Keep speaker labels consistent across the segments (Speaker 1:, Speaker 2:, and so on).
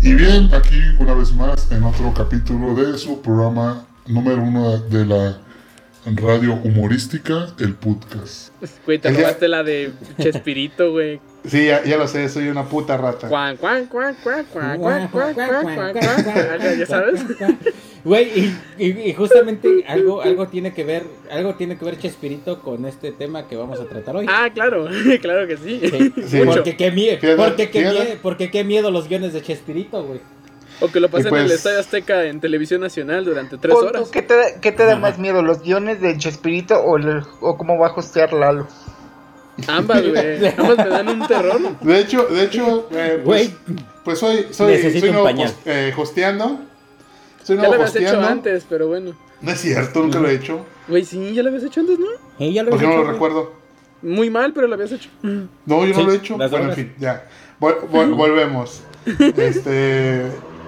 Speaker 1: Y bien, aquí una vez más en otro capítulo de su programa número uno de la radio humorística, el podcast.
Speaker 2: Güey, te
Speaker 1: El día-
Speaker 2: robaste la de Chespirito, güey.
Speaker 1: Sí, ya, ya lo sé, soy una puta rata.
Speaker 2: Cuan, cuan, cuan, cuan, cuan, cuan, cuan, cuan, cuan, cuan, cuan. Ya sabes.
Speaker 3: Güey, y, y- y justamente algo, algo tiene que ver, algo tiene que ver Chespirito con este tema que vamos a tratar hoy.
Speaker 2: Ah, claro, claro que sí.
Speaker 3: Sí.
Speaker 1: Sí.
Speaker 2: Mucho.
Speaker 3: Porque qué miedo,
Speaker 1: Fíjate,
Speaker 3: porque qué
Speaker 1: fíjate.
Speaker 3: miedo, porque qué miedo los guiones de Chespirito, güey.
Speaker 2: O que lo pasen
Speaker 1: Y pues-
Speaker 2: en el Estadio Azteca en Televisión Nacional durante tres
Speaker 4: Pon tú,
Speaker 2: horas.
Speaker 4: ¿Qué te, da- qué te da más miedo, los guiones de Chespirito o, el- o cómo va a hostear Lalo?
Speaker 2: Ambas, güey. Ambas me dan un terror.
Speaker 1: De hecho, de hecho, eh, pues,
Speaker 3: Güey,
Speaker 1: pues soy, soy,
Speaker 3: necesito
Speaker 1: soy
Speaker 3: un
Speaker 1: nuevo
Speaker 3: pañal.
Speaker 1: host- eh, hosteando. Soy
Speaker 2: Ya lo
Speaker 1: nuevo
Speaker 2: habías hecho
Speaker 1: hosteando.
Speaker 2: antes, pero bueno.
Speaker 1: No es cierto, nunca lo he hecho.
Speaker 2: Güey, sí, ya lo habías hecho antes, ¿no?
Speaker 3: eh, ya lo
Speaker 1: Porque no
Speaker 3: hemos
Speaker 1: lo
Speaker 3: hecho,
Speaker 1: recuerdo.
Speaker 2: Muy mal, pero lo habías hecho.
Speaker 1: No, yo
Speaker 3: Sí,
Speaker 1: no lo he hecho.
Speaker 3: las
Speaker 1: Bueno, en
Speaker 3: drogas.
Speaker 1: fin, ya. Vol- vol- volvemos. Este,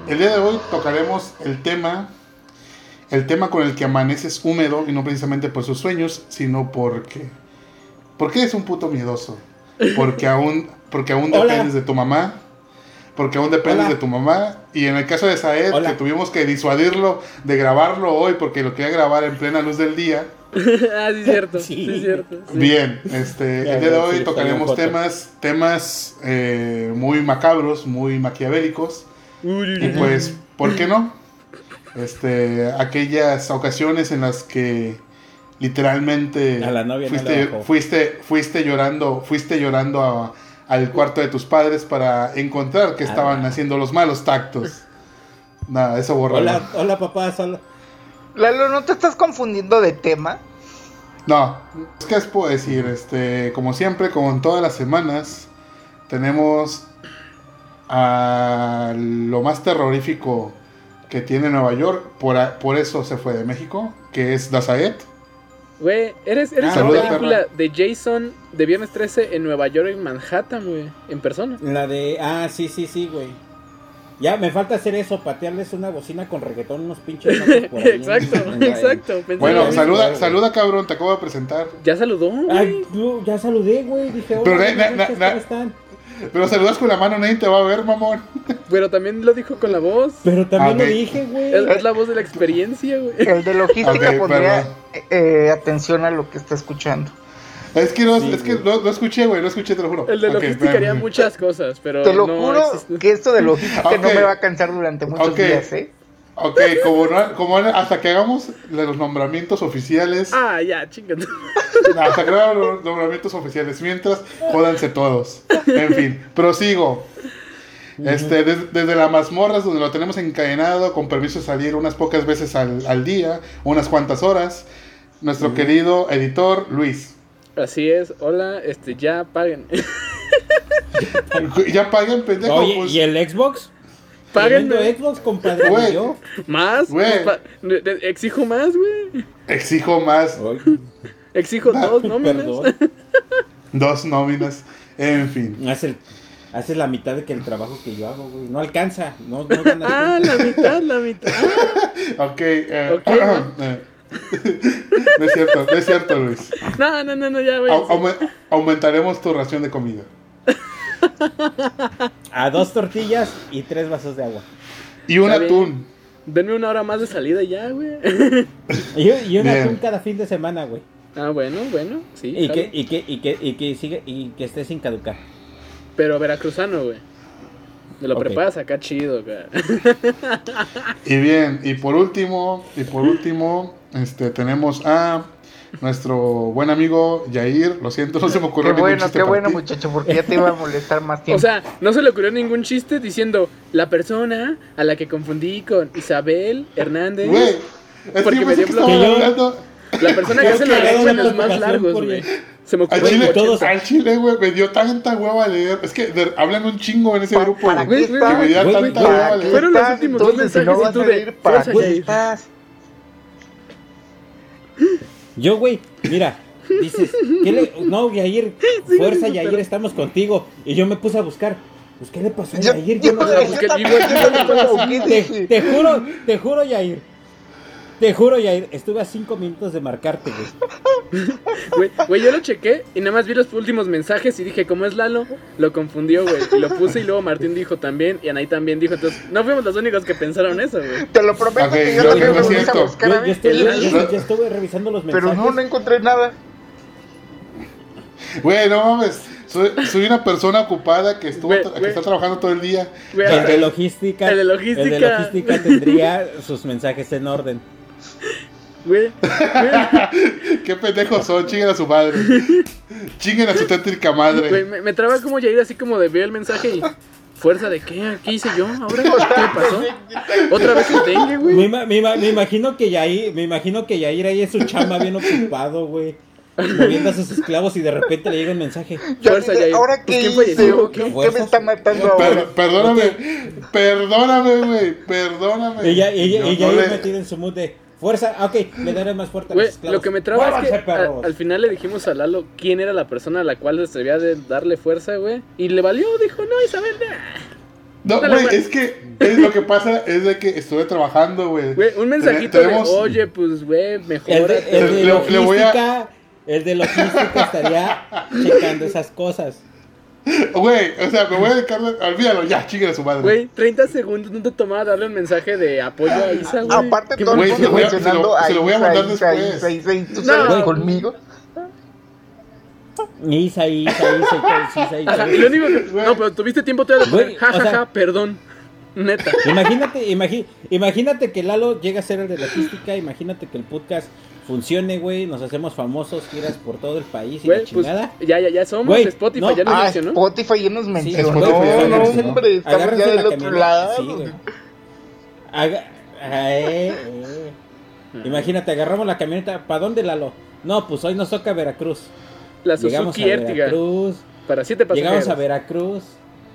Speaker 1: el día de hoy tocaremos el tema, el tema con el que amaneces húmedo y no precisamente por sus sueños, sino porque, porque es un puto miedoso, porque aún, porque aún
Speaker 3: Hola.
Speaker 1: dependes de tu mamá. Porque aún dependes
Speaker 3: Hola.
Speaker 1: de tu mamá. Y en el caso de Saed,
Speaker 3: Hola.
Speaker 1: que tuvimos que disuadirlo de grabarlo hoy porque lo quería grabar en plena luz del día.
Speaker 2: ah, sí, cierto. Sí,
Speaker 3: Sí.
Speaker 2: cierto. sí.
Speaker 1: Bien, este,
Speaker 3: Ya,
Speaker 1: el día de
Speaker 3: ya,
Speaker 1: hoy
Speaker 3: sí,
Speaker 1: tocaremos
Speaker 3: salió foto.
Speaker 1: temas, temas eh, muy macabros, muy maquiavélicos.
Speaker 2: Uy, uy,
Speaker 1: Y
Speaker 2: uy.
Speaker 1: pues, ¿por qué no? Este, aquellas ocasiones en las que literalmente
Speaker 3: A la novia no
Speaker 1: fuiste,
Speaker 3: le bajó.
Speaker 1: fuiste, fuiste llorando, fuiste llorando a- al cuarto de tus padres para encontrar que
Speaker 3: Ah.
Speaker 1: estaban haciendo los malos tactos. Nada, eso borrado.
Speaker 3: Hola, hola papá, hola.
Speaker 4: Lalo, ¿no te estás confundiendo de tema?
Speaker 1: No, es que les puedo decir, este, como siempre, como en todas las semanas, tenemos a lo más terrorífico que tiene Nueva York, por, a- por eso se fue de México, que es Dazaet.
Speaker 2: Güey, eres, eres
Speaker 1: Saluda,
Speaker 2: una película de Jason de Viernes 13 en Nueva York, en Manhattan, güey. En persona.
Speaker 3: La de, ah, sí, sí, sí, güey. Ya, me falta hacer eso, patearles una bocina con reggaetón, unos pinches locos por ahí.
Speaker 2: exacto,
Speaker 3: Venga, eh.
Speaker 2: exacto. pensé lo
Speaker 1: Bueno,
Speaker 2: mismo.
Speaker 1: saluda,
Speaker 3: güey.
Speaker 1: saluda cabrón, te acabo de presentar.
Speaker 2: Ya saludó, güey.
Speaker 3: Ay, yo ya saludé, güey, dije, hola,
Speaker 1: Pero na-
Speaker 3: buenas
Speaker 1: na-
Speaker 3: noches,
Speaker 1: na-
Speaker 3: ¿cómo están?
Speaker 1: Pero saludas con la mano, nadie te va a ver, mamón.
Speaker 2: Pero también lo dijo con la voz.
Speaker 3: Pero
Speaker 1: Ah,
Speaker 3: también lo
Speaker 1: ok.
Speaker 3: dije, güey.
Speaker 2: Es, es la voz de la experiencia, güey.
Speaker 4: El de logística
Speaker 1: Ok,
Speaker 4: pondría eh, atención a lo que está escuchando.
Speaker 1: Es que no,
Speaker 3: Sí,
Speaker 1: es que
Speaker 3: güey.
Speaker 1: no, no escuché, güey, no escuché, te lo juro.
Speaker 2: El de
Speaker 1: Ok,
Speaker 2: logística
Speaker 1: espérame.
Speaker 2: haría muchas cosas, pero
Speaker 4: Te lo
Speaker 2: no
Speaker 4: juro
Speaker 2: existe.
Speaker 4: que esto de logística no
Speaker 1: Ok.
Speaker 4: me va a cansar durante muchos
Speaker 1: Ok.
Speaker 4: días, ¿eh?
Speaker 1: Ok, como, no- como hasta que hagamos los nombramientos oficiales.
Speaker 2: Ah, ya, chingada.
Speaker 1: Hasta crearon los nombramientos oficiales. Mientras, jódanse todos. En fin, prosigo. Este, des- desde la mazmorras, donde lo tenemos encadenado, con permiso de salir unas pocas veces al, al día, unas cuantas horas, nuestro querido editor Luis.
Speaker 2: Así es, hola, este, ya paguen.
Speaker 1: Ya paguen, pendejo.
Speaker 3: Oye,
Speaker 1: pues.
Speaker 3: ¿y el Xbox?
Speaker 2: Páguenme.
Speaker 3: Tremendo Xbox, compadre,
Speaker 1: Güey.
Speaker 3: y yo.
Speaker 2: ¿Más?
Speaker 1: Güey.
Speaker 2: Pa- de- de- Exijo más, güey.
Speaker 1: Exijo más
Speaker 2: Exijo
Speaker 1: Ah,
Speaker 2: dos nóminas.
Speaker 3: Perdón,
Speaker 1: dos nóminas. En fin.
Speaker 3: haces hace la mitad de que el trabajo que yo hago, güey. No alcanza, no, no ganas.
Speaker 2: Ah, la mitad, la mitad.
Speaker 1: Ok. eh,
Speaker 2: Ok, ¿no?
Speaker 1: eh. no es cierto, no es cierto, Luis.
Speaker 2: No, no, no, no, ya, güey.
Speaker 1: Au- aume- aumentaremos tu ración de comida.
Speaker 3: A dos tortillas y tres vasos de agua.
Speaker 1: Y un
Speaker 2: Está bien.
Speaker 1: atún.
Speaker 2: Denme una hora más de salida ya, güey.
Speaker 3: Y, y un
Speaker 1: Bien.
Speaker 3: atún cada fin de semana, güey.
Speaker 2: Ah, bueno, bueno, sí.
Speaker 3: Y
Speaker 2: claro.
Speaker 3: que, y que, y que, y que sigue, y que esté sin caducar.
Speaker 2: Pero veracruzano, güey. Me lo
Speaker 3: Ok.
Speaker 2: preparas acá chido, güey.
Speaker 1: Y bien, y por último, y por último, este, tenemos a nuestro buen amigo Yair. Lo siento, no se me
Speaker 4: Qué
Speaker 1: ocurrió ningún
Speaker 4: bueno,
Speaker 1: chiste
Speaker 4: qué
Speaker 1: para
Speaker 4: bueno,
Speaker 1: ti.
Speaker 4: muchacho, porque ya te iba a molestar más tiempo.
Speaker 2: O sea, no se le ocurrió ningún chiste diciendo la persona a la que confundí con Isabel Hernández.
Speaker 1: Güey, es
Speaker 2: Porque
Speaker 1: que yo
Speaker 2: me
Speaker 1: pensé
Speaker 2: dio
Speaker 1: que
Speaker 2: flojera.
Speaker 1: estaban
Speaker 3: Que yo-
Speaker 1: hablando
Speaker 2: La persona que
Speaker 3: Creo
Speaker 2: hace
Speaker 3: que
Speaker 2: los
Speaker 3: era una
Speaker 2: exámenes más
Speaker 3: aplicación
Speaker 2: largo,
Speaker 3: por-
Speaker 2: güey. Se me
Speaker 1: al
Speaker 2: ocurrió.
Speaker 1: chile,
Speaker 3: Güey, todos-
Speaker 1: al chile, güey, me dio tanta hueva leer. Es que de- hablan un chingo en ese
Speaker 4: Pa-
Speaker 1: grupo.
Speaker 4: ¿Para
Speaker 1: güey.
Speaker 4: qué
Speaker 2: Güey, güey,
Speaker 4: estás?
Speaker 1: güey, ya
Speaker 4: ¿Para
Speaker 1: tanta
Speaker 4: qué
Speaker 1: hora, güey.
Speaker 2: Fueron los
Speaker 4: estás?
Speaker 2: últimos dos
Speaker 4: Entonces, si
Speaker 2: mensajes
Speaker 4: no
Speaker 2: y
Speaker 4: vas
Speaker 2: tú
Speaker 4: a
Speaker 2: de,
Speaker 4: ir, ¿Para
Speaker 2: "Fuerza,
Speaker 4: qué
Speaker 2: Jair".
Speaker 4: estás?
Speaker 3: Yo, güey, mira, dices, ¿qué le... no, Yair, fuerza, Yair, estamos contigo. Y yo me puse a buscar, pues, ¿qué le pasó a
Speaker 4: Yo,
Speaker 3: Yair?
Speaker 4: yo-
Speaker 3: Yo no
Speaker 4: yo
Speaker 3: sé.
Speaker 2: busqué,
Speaker 4: también
Speaker 2: igual que
Speaker 4: me confundí,
Speaker 3: te,
Speaker 4: dije.
Speaker 3: te juro, te juro, Yair. Te juro, Yair, estuve a cinco minutos de marcarte, güey.
Speaker 2: Güey, güey, yo lo chequé y nada más vi los últimos mensajes y dije, ¿cómo es Lalo? Lo confundió, güey. Y lo puse y luego Martín dijo también y Anaí también dijo. Entonces, no fuimos los únicos que pensaron eso, güey.
Speaker 4: Te lo prometo
Speaker 1: Ok,
Speaker 4: que yo
Speaker 1: no,
Speaker 4: también
Speaker 1: no
Speaker 4: me
Speaker 1: es
Speaker 4: volví a
Speaker 1: cierto.
Speaker 4: buscar a
Speaker 3: Yo, yo
Speaker 4: mí.
Speaker 3: estuve,
Speaker 2: El Lalo.
Speaker 3: yo- yo estuve revisando los mensajes.
Speaker 4: Pero no, no encontré nada.
Speaker 1: Güey, no mames. Soy, soy una persona ocupada que, estuvo
Speaker 2: Güey,
Speaker 1: tra- que
Speaker 2: güey.
Speaker 1: está trabajando todo el día.
Speaker 2: Güey,
Speaker 3: El de
Speaker 2: hasta-
Speaker 3: logística.
Speaker 2: El de logística.
Speaker 3: el de logística tendría sus mensajes en orden.
Speaker 2: güey, güey,
Speaker 1: Qué pendejos son, chinguen a su madre. chinguen a su tétrica
Speaker 2: güey,
Speaker 1: madre.
Speaker 2: me, me traba como Yair así como de veo el mensaje y... ¿Fuerza de qué? ¿Qué hice yo? ¿Ahora? ¿Qué me pasó? ¿Otra vez el dengue,
Speaker 3: Me,
Speaker 2: güey?
Speaker 3: ima- me ima- me imagino que Yair, me imagino que Yair ahí es su chamba bien ocupado, güey. Moviendo a sus esclavos y de repente le llega un mensaje.
Speaker 4: Yo
Speaker 2: Fuerza,
Speaker 4: dije,
Speaker 2: Yair.
Speaker 4: ¿ahora
Speaker 2: Pues,
Speaker 4: qué
Speaker 2: ¿quién
Speaker 4: hice?
Speaker 2: falleció?
Speaker 4: ¿Qué-
Speaker 2: ¿Qué
Speaker 4: ¿Qué me
Speaker 3: fuerzas?
Speaker 4: está matando
Speaker 1: Per-
Speaker 4: ahora?
Speaker 1: perdóname, perdóname, güey, perdóname.
Speaker 3: Ella, ella,
Speaker 1: Yo
Speaker 3: ella
Speaker 1: no
Speaker 3: ahí
Speaker 1: le-
Speaker 3: metida en su mood de fuerza. Ah, ok, le daré más fuerte a los
Speaker 2: Güey,
Speaker 3: esclavos.
Speaker 2: lo que me traba es que
Speaker 3: Pues, ¡Muévanse,
Speaker 2: a-
Speaker 3: perros!
Speaker 2: al final le dijimos a Lalo quién era la persona a la cual se debía de darle fuerza, güey. Y le valió, dijo, no, Isabel, nah".
Speaker 1: No,
Speaker 2: Dale,
Speaker 1: güey,
Speaker 2: güey.
Speaker 1: es que es lo que pasa es de que estuve trabajando, güey.
Speaker 2: Güey, un mensajito
Speaker 1: Tene- tenemos-
Speaker 2: de, oye, pues, güey,
Speaker 3: El
Speaker 2: mejora.
Speaker 3: de, el
Speaker 1: Le-
Speaker 3: de
Speaker 1: le- le voy a-
Speaker 3: logística. El de logística estaría checando esas cosas.
Speaker 1: Güey, o sea, me voy a dedicar. Olvídalo, ya, chinguen a su madre.
Speaker 2: Güey, 30 segundos no te tomaba darle un mensaje de apoyo a Isa, güey.
Speaker 4: Aparte
Speaker 2: Qué
Speaker 4: todo
Speaker 1: Güey,
Speaker 4: el
Speaker 2: mal-
Speaker 1: se lo
Speaker 4: mundo
Speaker 1: voy a- se lo-
Speaker 4: mencionando a
Speaker 1: se lo voy a
Speaker 4: Isa,
Speaker 1: mandar
Speaker 4: Isa,
Speaker 1: después.
Speaker 4: Isa, Isa, ¿y tú
Speaker 2: No.
Speaker 4: sales
Speaker 2: Güey.
Speaker 4: conmigo?
Speaker 3: Isa, Isa, Isa, Isa, Isa, Isa.
Speaker 2: Ajá, y lo único que-
Speaker 1: Güey.
Speaker 2: No, pero tuviste tiempo todavía de
Speaker 3: Güey,
Speaker 2: poner, ja,
Speaker 3: o
Speaker 2: ja,
Speaker 3: sea-
Speaker 2: ja, perdón. Neta.
Speaker 3: Imagínate, imagi- imagínate que Lalo llega a ser el de logística, imagínate que el podcast funcione, güey, nos hacemos famosos, giras por todo el país y
Speaker 2: Güey,
Speaker 3: la
Speaker 2: pues,
Speaker 3: chingada.
Speaker 2: ya, ya, ya somos
Speaker 3: Güey,
Speaker 2: Spotify,
Speaker 3: no,
Speaker 2: ya nos
Speaker 4: Ah,
Speaker 2: mencionó.
Speaker 4: Spotify ya nos mencionó.
Speaker 1: Spotify ya
Speaker 4: no,
Speaker 1: nos
Speaker 4: no,
Speaker 1: mencionó.
Speaker 4: hombre, estamos
Speaker 3: Agárrense
Speaker 4: ya
Speaker 3: la
Speaker 4: del otro
Speaker 3: pues, camioneta,
Speaker 4: lado.
Speaker 3: sí, güey. Aga- eh, eh. Imagínate, agarramos la camioneta, ¿para dónde Lalo? No, pues hoy nos toca Veracruz.
Speaker 2: La
Speaker 3: Llegamos a
Speaker 2: Suzuki Ertiga.
Speaker 3: Veracruz,
Speaker 2: Para siete pasajeros.
Speaker 3: llegamos a Veracruz,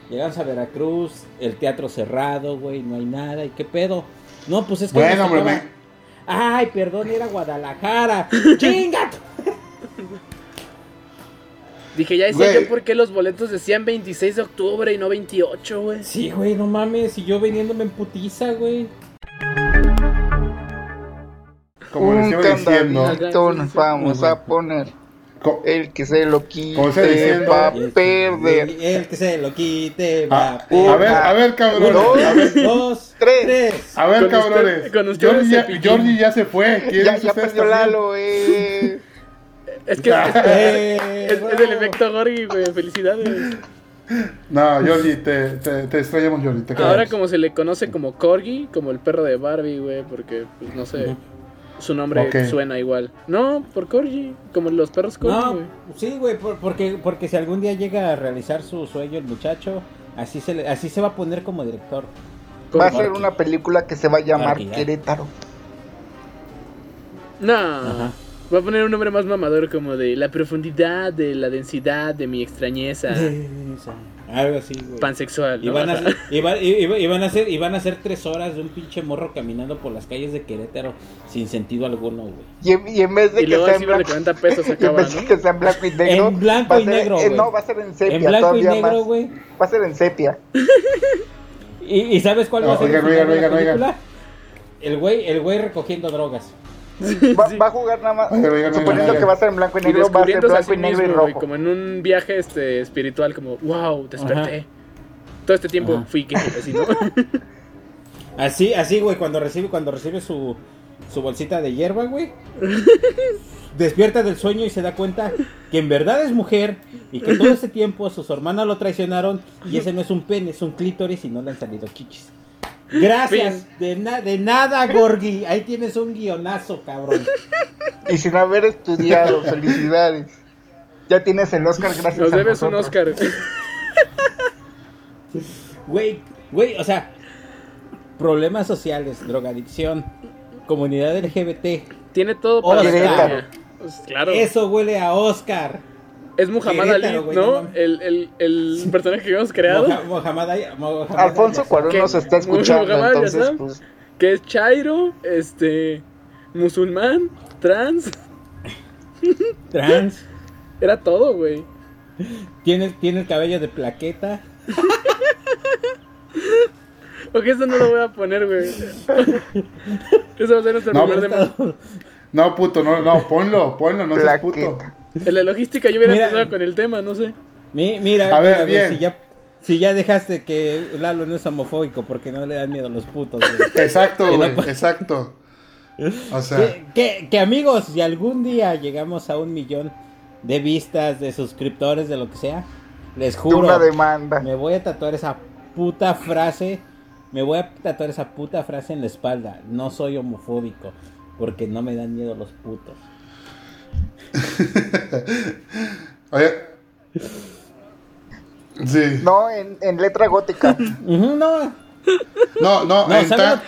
Speaker 3: llegamos a Veracruz, el teatro cerrado, güey, no hay nada, ¿y qué pedo? No, pues es que...
Speaker 1: Bueno,
Speaker 3: nos
Speaker 1: hombre,
Speaker 3: tocaba-
Speaker 1: me-
Speaker 3: Ay, perdón, era Guadalajara. ¡Chingat!
Speaker 2: Dije, ya decía
Speaker 1: Güey.
Speaker 2: yo por qué los boletos decían 26 de octubre y no 28, güey.
Speaker 3: Sí, güey, no mames, y yo veniéndome en putiza, güey.
Speaker 1: como les
Speaker 4: Un
Speaker 1: iba diciendo.
Speaker 4: candadito nos vamos
Speaker 3: Ajá.
Speaker 4: a poner.
Speaker 1: co-
Speaker 4: El que se lo
Speaker 1: Como se
Speaker 4: quite
Speaker 1: diciendo.
Speaker 4: va a
Speaker 3: El-
Speaker 4: perder.
Speaker 1: este,
Speaker 3: El, que se lo quite va
Speaker 1: Ah,
Speaker 3: perder.
Speaker 1: a ver, a ver, cabrón.
Speaker 3: Uno,
Speaker 1: A ver,
Speaker 3: dos,
Speaker 4: tres.
Speaker 3: tres.
Speaker 1: a ver,
Speaker 2: Con usted-
Speaker 1: cabrones.
Speaker 2: con ustedes,
Speaker 1: Jordi, ya,
Speaker 2: Cepillín.
Speaker 1: Jordi ya se fue. ¿Quién
Speaker 4: Ya,
Speaker 1: es
Speaker 4: ya
Speaker 1: usted
Speaker 4: perdió
Speaker 1: también?
Speaker 4: Lalo, eh.
Speaker 2: Es que es,
Speaker 3: Eh,
Speaker 2: es- es
Speaker 3: bravo.
Speaker 2: el efecto Gorgi, güey. Felicidades.
Speaker 1: No, Jordi, te, te, te extrañamos, Jordi. Te queremos.
Speaker 2: Ahora como se le conoce como Corgi, como el perro de Barbie, güey, porque pues, no sé, su nombre
Speaker 1: Ok.
Speaker 2: suena igual. No, por Corgi, como los perros Corgi,
Speaker 3: No,
Speaker 2: güey.
Speaker 3: sí, güey, por- porque, porque si algún día llega a realizar su sueño el muchacho, así se, le- así se va a poner como director.
Speaker 4: Va a
Speaker 2: Corgi.
Speaker 4: ser una película que se va a llamar
Speaker 3: Marquilla.
Speaker 4: Querétaro.
Speaker 2: No.
Speaker 3: Ajá.
Speaker 2: Va a poner un nombre más mamador como de la profundidad de la densidad de mi extrañeza
Speaker 3: Algo así, güey.
Speaker 2: pansexual.
Speaker 3: Y
Speaker 2: ¿no?
Speaker 3: van, a
Speaker 2: O sea,
Speaker 3: hacer, y, va- y- y- y van a hacer, y van a hacer tres horas de un pinche morro caminando por las calles de Querétaro sin sentido alguno, güey.
Speaker 4: Y en, y en vez de
Speaker 2: y
Speaker 4: que
Speaker 2: luego
Speaker 4: sea en
Speaker 2: encima de
Speaker 4: blanco,
Speaker 2: 40 pesos
Speaker 4: y en
Speaker 2: acaba,
Speaker 4: vez de
Speaker 2: ¿no?
Speaker 4: que sea en blanco y negro,
Speaker 3: En blanco
Speaker 4: va a
Speaker 3: y
Speaker 4: ser-
Speaker 3: negro,
Speaker 4: eh,
Speaker 3: güey.
Speaker 4: no, va a ser en sepia
Speaker 3: En blanco y
Speaker 4: todavía
Speaker 3: negro,
Speaker 4: más.
Speaker 3: güey.
Speaker 4: Va a ser en sepia.
Speaker 3: ¿Y, y sabes cuál va a ser
Speaker 1: Oigan,
Speaker 3: el final
Speaker 1: oigan,
Speaker 3: de la
Speaker 1: oigan,
Speaker 3: película? El güey, el güey recogiendo drogas.
Speaker 4: Va, va a jugar nada más,
Speaker 1: Oigan, oigan, oigan,
Speaker 4: suponiendo que
Speaker 1: oigan.
Speaker 4: va a ser en blanco y
Speaker 2: Y
Speaker 4: negro, va a ser
Speaker 2: descubriéndose a
Speaker 4: blanco
Speaker 2: sí
Speaker 4: y negro y
Speaker 2: mismo, güey,
Speaker 4: rojo.
Speaker 2: como en un viaje este espiritual, como, wow, desperté. Todo este tiempo
Speaker 3: Ajá.
Speaker 2: fui que así, ¿no?
Speaker 3: Así, así, güey, cuando recibe, cuando recibe su, su bolsita de hierba, güey. Despierta del sueño y se da cuenta que en verdad es mujer y que todo ese tiempo sus hermanas lo traicionaron y ese no es un pene, es un clítoris y no le han salido chichis. Gracias, de, na- de nada, Gorgi. Ahí tienes un guionazo, cabrón.
Speaker 4: Y sin haber estudiado, felicidades. Ya tienes el Oscar, gracias
Speaker 2: Nos
Speaker 4: a
Speaker 2: debes un
Speaker 4: nosotros.
Speaker 2: Oscar.
Speaker 3: Güey, güey, o sea, problemas sociales, drogadicción, comunidad LGBT.
Speaker 2: Tiene todo para la
Speaker 3: Oscar.
Speaker 2: academia. Pues, claro. Es,
Speaker 3: Eso huele a Oscar.
Speaker 2: Muhammad
Speaker 3: Querétaro,
Speaker 2: Ali,
Speaker 3: güey, no
Speaker 2: ¿no?
Speaker 3: mames.
Speaker 2: El, el, el personaje que habíamos creado,
Speaker 3: Moja- Mohamed Ali- Mohamed
Speaker 4: Alfonso
Speaker 3: Ali-
Speaker 4: Cuarón
Speaker 2: ¿Qué?
Speaker 4: nos está escuchando,
Speaker 2: Muhammad, ya
Speaker 4: entonces,
Speaker 2: sabes.
Speaker 4: pues,
Speaker 2: que es Chairo, este, musulmán, trans.
Speaker 3: Trans.
Speaker 2: Era todo, güey.
Speaker 3: Tiene, tiene el cabello de plaqueta.
Speaker 2: Ok, eso no lo voy a poner, güey. Eso va a ser nuestro
Speaker 1: No,
Speaker 2: primer
Speaker 3: Ahorita-
Speaker 2: tema.
Speaker 1: No, puto, no, no, ponlo, ponlo, no seas puto.
Speaker 4: Plaqueta.
Speaker 2: En la logística yo hubiera
Speaker 3: Mira.
Speaker 2: empezado con el tema, no sé.
Speaker 3: Mi- mira,
Speaker 1: A ver,
Speaker 3: mira, güey,
Speaker 1: bien.
Speaker 3: si ya, si ya dejaste que Lalo no es homofóbico porque no le dan miedo a los putos, güey.
Speaker 1: Exacto,
Speaker 3: Que no
Speaker 1: güey,
Speaker 3: pon-
Speaker 1: exacto. O sea,
Speaker 3: Que, que- que, amigos, si algún día llegamos a un millón de vistas, de suscriptores, de lo que sea, les
Speaker 4: Tú
Speaker 3: juro,
Speaker 4: una demanda.
Speaker 3: me voy a tatuar esa puta frase, me voy a tatuar esa puta frase en la espalda. No soy homofóbico, porque no me dan miedo los putos.
Speaker 1: oye. Sí.
Speaker 4: No, en, en letra gótica.
Speaker 3: Ujú, no,
Speaker 1: No, no,
Speaker 3: No,
Speaker 1: en
Speaker 3: ¿saben
Speaker 1: ta-
Speaker 3: lo-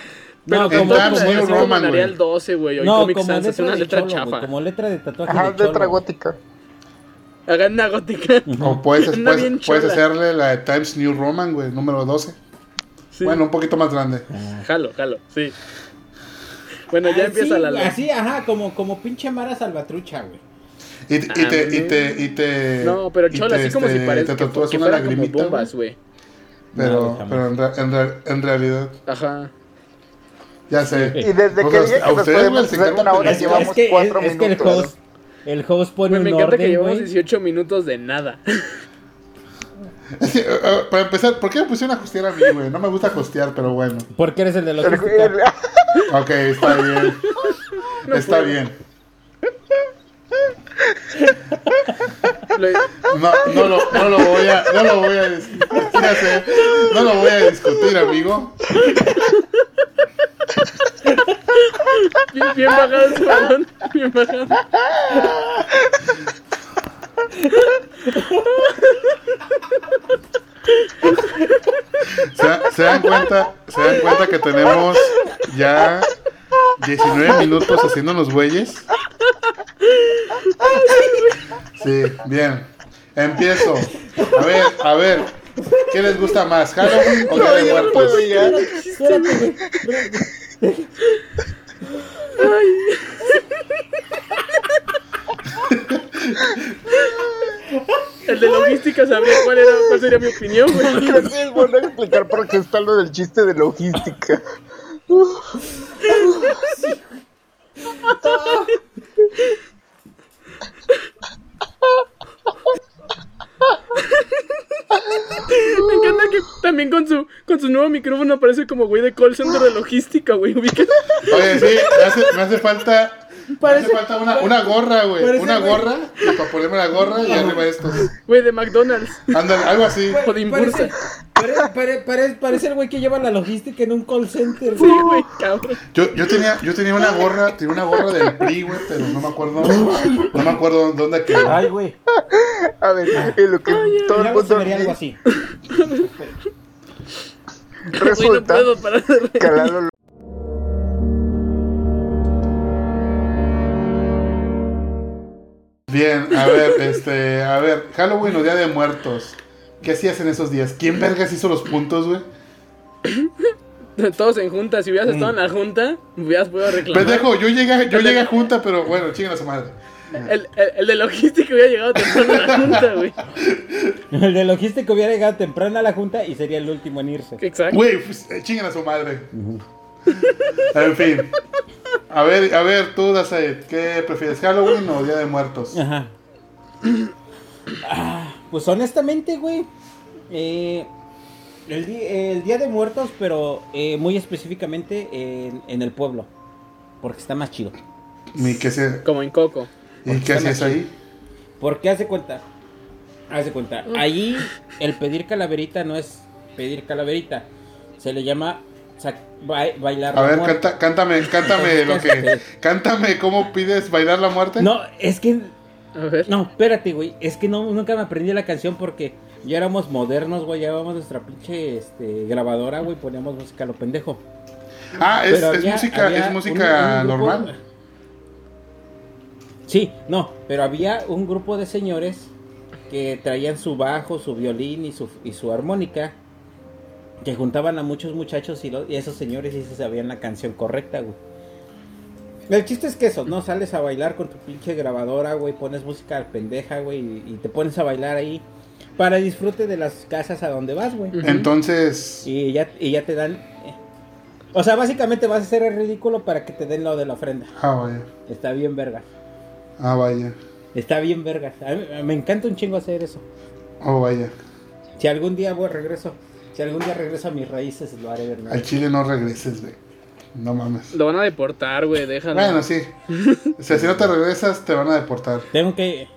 Speaker 2: Pero
Speaker 3: No,
Speaker 2: con
Speaker 1: en
Speaker 3: como-
Speaker 1: Times
Speaker 3: como-
Speaker 1: New
Speaker 3: como-
Speaker 1: Roman,
Speaker 2: Roman,
Speaker 1: güey.
Speaker 2: el 12, güey. O
Speaker 3: no,
Speaker 2: Comic
Speaker 3: como
Speaker 2: Sans es
Speaker 3: letra
Speaker 2: una
Speaker 3: de
Speaker 2: letra
Speaker 3: cholo, güey,
Speaker 2: chafa.
Speaker 3: como letra de tatuaje
Speaker 4: Ajá,
Speaker 3: de cholo.
Speaker 4: letra gótica.
Speaker 2: Hagan una gótica.
Speaker 1: O puedes,
Speaker 2: Anda
Speaker 1: puedes-
Speaker 2: bien
Speaker 1: puedes
Speaker 2: chola.
Speaker 1: hacerle la de Times New Roman, güey, número 12.
Speaker 2: Sí.
Speaker 1: Bueno, un poquito más grande.
Speaker 2: Jalo, jalo, sí. Bueno, ya
Speaker 3: Así,
Speaker 2: empieza la
Speaker 3: güey,
Speaker 2: ley.
Speaker 3: Ah, Así, ajá, como, como pinche Mara Salvatrucha, güey.
Speaker 1: Y, y
Speaker 2: Ah,
Speaker 1: te, y
Speaker 2: güey.
Speaker 1: te, y te.
Speaker 2: No, pero
Speaker 1: y
Speaker 2: chola,
Speaker 1: te,
Speaker 2: así como
Speaker 1: este,
Speaker 2: si parece
Speaker 1: Te
Speaker 2: que,
Speaker 1: tatúas
Speaker 2: que
Speaker 1: una
Speaker 2: fuera como
Speaker 1: lagrimita.
Speaker 2: bombas,
Speaker 1: güey.
Speaker 2: güey.
Speaker 1: Pero,
Speaker 3: No, jamás.
Speaker 1: pero en, re- en re- en realidad,
Speaker 2: Ajá.
Speaker 1: ya sé.
Speaker 4: Y desde
Speaker 1: O
Speaker 4: que
Speaker 1: sea,
Speaker 4: dije
Speaker 1: a
Speaker 4: que nos
Speaker 1: ustedes, güey,
Speaker 4: podemos
Speaker 1: les
Speaker 4: hacer
Speaker 1: encanta
Speaker 4: una hora,
Speaker 1: pelear.
Speaker 4: llevamos cuatro
Speaker 3: es que el
Speaker 4: minutos.
Speaker 3: host, el host pone
Speaker 2: Güey, me
Speaker 3: un
Speaker 2: encanta que
Speaker 3: orden,
Speaker 2: llevamos
Speaker 3: güey.
Speaker 2: 18 minutos de nada.
Speaker 1: Es que, eh, eh, para empezar, ¿por qué me pusieron a costear a mí, güey? No me gusta costear, pero bueno.
Speaker 3: Porque eres el de
Speaker 4: El-
Speaker 3: logística.
Speaker 4: el-
Speaker 1: Ok, está bien. está
Speaker 2: puedo.
Speaker 1: bien.
Speaker 2: Lo-
Speaker 1: No, no, lo, no lo voy a, no lo voy a discutir. Ya sé, no lo voy a discutir, amigo.
Speaker 2: Bien, bien bajado, perdón. Bien bajado.
Speaker 1: ¿Se, da- se dan cuenta, se dan cuenta que tenemos ya 19 minutos haciendo los bueyes. Sí, bien. Empiezo. A ver, a ver. ¿Qué les gusta más, Halloween o Día
Speaker 4: No,
Speaker 1: de
Speaker 4: yo no
Speaker 1: Muertos?
Speaker 4: puedo ya.
Speaker 3: Espérate, güey, espérate.
Speaker 2: El de logística sabía cuál, era, cuál sería mi opinión, güey.
Speaker 4: Creo que es bueno explicar por qué está lo del chiste de logística.
Speaker 2: Me encanta que también con su, con su nuevo micrófono aparece como güey de call center de logística, güey. Ubica.
Speaker 1: Oye, sí, me hace, me hace falta.
Speaker 3: Parece-
Speaker 1: me hace falta una, una gorra, güey.
Speaker 3: parece,
Speaker 1: Una
Speaker 3: güey.
Speaker 1: gorra. Y para ponerme la gorra y arriba estos.
Speaker 2: Güey de McDonald's.
Speaker 1: Ándale, algo así.
Speaker 2: O de Imbursa.
Speaker 3: Parece, pare- pare- pare- parece el güey que lleva la logística en un call center,
Speaker 2: Sí,
Speaker 3: güey.
Speaker 2: güey, cabrón.
Speaker 1: Yo, yo tenía, yo tenía una gorra, tenía una gorra del PRI, güey, pero no me acuerdo. No me acuerdo dónde quedó.
Speaker 3: Ay, güey.
Speaker 4: A ver, en lo que
Speaker 3: Claro,
Speaker 4: todo el
Speaker 3: se
Speaker 4: mundo
Speaker 3: vería algo así.
Speaker 2: Güey, no
Speaker 4: resulta
Speaker 2: puedo parar de reír.
Speaker 4: que a Lalo lo-
Speaker 1: Bien, a ver, este, a ver, Halloween o Día de Muertos. ¿Qué hacías en esos días? ¿Quién vergas hizo los puntos, güey?
Speaker 2: Todos en junta. Si hubieras estado en la junta, hubieras podido reclamar.
Speaker 1: Pendejo, yo llegué, a- yo llegué a junta, pero bueno, chingan a su madre.
Speaker 2: El, el, el de logística hubiera llegado temprano a la junta, güey.
Speaker 3: El de logística hubiera llegado temprano a la junta y sería el último en irse.
Speaker 2: Exacto.
Speaker 1: Güey, pues, eh, chingan a su madre. En fin. A ver, a ver, tú, Dazaid, ¿qué prefieres, Halloween o Día de Muertos?
Speaker 3: Ajá. Ah, Pues honestamente, güey. eh, el, di- el Día de Muertos, pero eh, muy específicamente en, en el pueblo. Porque está más chido.
Speaker 1: ¿Y qué, se-
Speaker 2: Como en Coco.
Speaker 1: y qué hacías ahí?
Speaker 3: Porque hace cuenta. Hace cuenta. Ahí el pedir calaverita no es pedir calaverita. Se le llama sac- ba- bailar.
Speaker 1: A
Speaker 3: la
Speaker 1: ver,
Speaker 3: muerte.
Speaker 1: canta- cántame, cántame lo que. Cántame cómo pides bailar la muerte.
Speaker 3: No, es que.
Speaker 2: A ver.
Speaker 3: No, espérate, güey. Es que no, nunca me aprendí la canción porque ya éramos modernos, güey. Llevábamos nuestra pinche este, grabadora, güey. Poníamos música a lo pendejo.
Speaker 1: Ah, es,
Speaker 3: Pero
Speaker 1: es
Speaker 3: había-
Speaker 1: música,
Speaker 3: había
Speaker 1: es música
Speaker 3: un- un grupo-
Speaker 1: normal.
Speaker 3: Sí, no, pero había un grupo de señores que traían su bajo, su violín y su, y su armónica, que juntaban a muchos muchachos y, lo- y esos señores sí se sabían la canción correcta, güey. El chiste es que eso, ¿no? Sales a bailar con tu pinche grabadora, güey, pones música al pendeja, güey, y, y te pones a bailar ahí para disfrute de las casas a donde vas, güey.
Speaker 2: Ujú.
Speaker 1: Entonces,
Speaker 3: Y ya, y ya te dan O sea, básicamente vas a hacer el ridículo para que te den lo de la ofrenda.
Speaker 1: Ah, vaya.
Speaker 3: Está bien vergas.
Speaker 1: Ah, vaya.
Speaker 3: Está bien vergas. A mí- me encanta un chingo hacer eso.
Speaker 1: Oh, vaya.
Speaker 3: Si algún día voy, regreso, si algún día regreso a mis raíces, lo haré, Bernardo.
Speaker 1: Al Chile no regreses, güey. No mames.
Speaker 2: Lo van a deportar, güey, déjalo.
Speaker 1: Bueno, sí. O sea, si no te regresas, te van a deportar.
Speaker 3: Tengo que...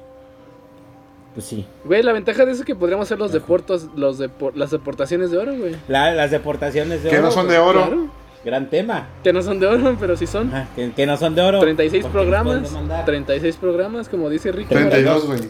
Speaker 3: Pues sí.
Speaker 2: Güey, la ventaja de eso es que podríamos hacer los deportos, los depo- las deportaciones de oro, güey.
Speaker 3: La- las deportaciones de
Speaker 1: Que
Speaker 3: oro.
Speaker 1: no son de
Speaker 3: pues,
Speaker 1: oro.
Speaker 2: Claro.
Speaker 3: Gran tema.
Speaker 2: Que no son de oro, pero sí son.
Speaker 3: Ajá, que, que no son de oro.
Speaker 2: 36
Speaker 3: porque nos pueden
Speaker 2: programas.
Speaker 3: demandar.
Speaker 2: 36 programas, como dice Ricky.
Speaker 3: Tre-
Speaker 1: 32, güey.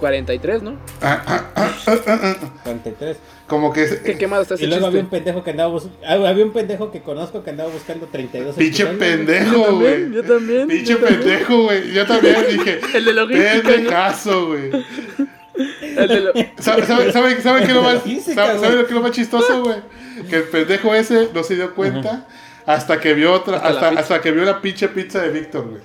Speaker 2: 43, ¿no?
Speaker 1: Ah, ah, ah, ah, ah, ah.
Speaker 3: 33.
Speaker 1: Como que. es- eh,
Speaker 2: Qué quemado está
Speaker 3: Y
Speaker 2: ese
Speaker 3: luego había un
Speaker 2: chiste.
Speaker 3: pendejo que andaba bus- ah, Había un pendejo que conozco que andaba buscando 32.
Speaker 1: Pinche
Speaker 3: episodios.
Speaker 2: Yo
Speaker 1: pendejo,
Speaker 2: también,
Speaker 1: güey.
Speaker 2: yo también.
Speaker 1: Pinche
Speaker 2: yo también.
Speaker 1: pendejo, güey. Yo también dije.
Speaker 2: El de logística, ¿no?
Speaker 1: Pendejazo, güey.
Speaker 2: El de lo-
Speaker 1: ¿Saben sabe, sabe, sabe qué es lo más-
Speaker 3: Logística,
Speaker 1: sabe- sabe
Speaker 3: güey.
Speaker 1: lo que es lo más chistoso, güey? Que el pendejo ese no se dio cuenta hasta que vio otra,
Speaker 2: Hasta la
Speaker 1: hasta,
Speaker 2: pizza.
Speaker 1: hasta que vio la pinche pizza de Víctor, güey.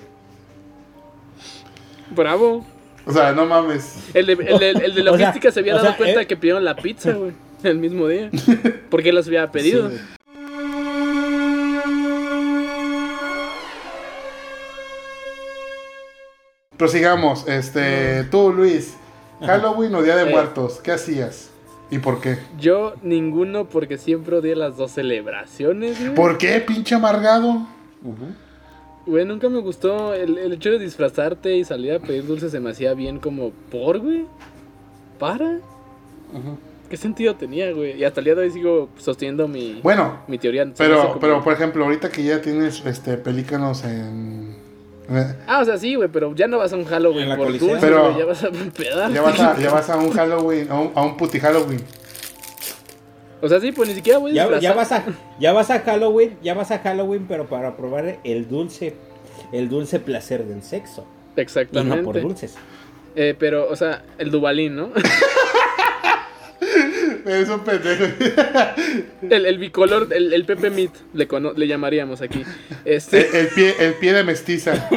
Speaker 2: Bravo.
Speaker 1: O sea, no mames.
Speaker 2: El de, el de- el de
Speaker 3: O sea,
Speaker 2: logística se había
Speaker 3: o
Speaker 2: dado
Speaker 3: sea,
Speaker 2: cuenta
Speaker 3: eh.
Speaker 2: que pidieron la pizza, güey. El mismo día. Porque las había pedido.
Speaker 3: Sí.
Speaker 1: Prosigamos, este, tú Luis, Halloween o Día de
Speaker 2: Eh.
Speaker 1: Muertos, ¿qué hacías? ¿Y por qué?
Speaker 2: Yo ninguno porque siempre odié las dos celebraciones. güey.
Speaker 1: ¿Por qué, pinche amargado?
Speaker 3: Ujú.
Speaker 2: Güey, nunca me gustó el, el hecho de disfrazarte y salir a pedir dulces se me hacía bien como por, güey. Para.
Speaker 3: Ujú.
Speaker 2: ¿Qué sentido tenía, güey? Y hasta el día de hoy sigo sosteniendo mi,
Speaker 1: Bueno,
Speaker 2: mi teoría. Se me hace
Speaker 1: pero,
Speaker 2: como-
Speaker 1: pero por ejemplo, ahorita que ya tienes este pelícanos en eh,
Speaker 2: Ah, o sea, sí, güey, pero ya no vas a un Halloween
Speaker 3: En la
Speaker 2: por
Speaker 3: Coliseo.
Speaker 2: dulces,
Speaker 1: Pero-
Speaker 2: güey, ya vas a pedar.
Speaker 1: ya vas a, ya vas a un Halloween, a un, a un puti Halloween.
Speaker 2: O sea, sí, pues ni siquiera voy
Speaker 3: Ya,
Speaker 2: disfrazado.
Speaker 3: ya vas a, ya vas a Halloween, ya vas a Halloween, pero para probar el dulce, el dulce placer del sexo. Y
Speaker 2: Exactamente.
Speaker 3: no por dulces.
Speaker 2: Eh, pero, o sea, el Dubalín, ¿no?
Speaker 1: Es un pendejo.
Speaker 2: el, el bicolor, el, el Pepe Meat, le, cono- le llamaríamos aquí. Este,
Speaker 1: El, el pie, el pie de mestiza.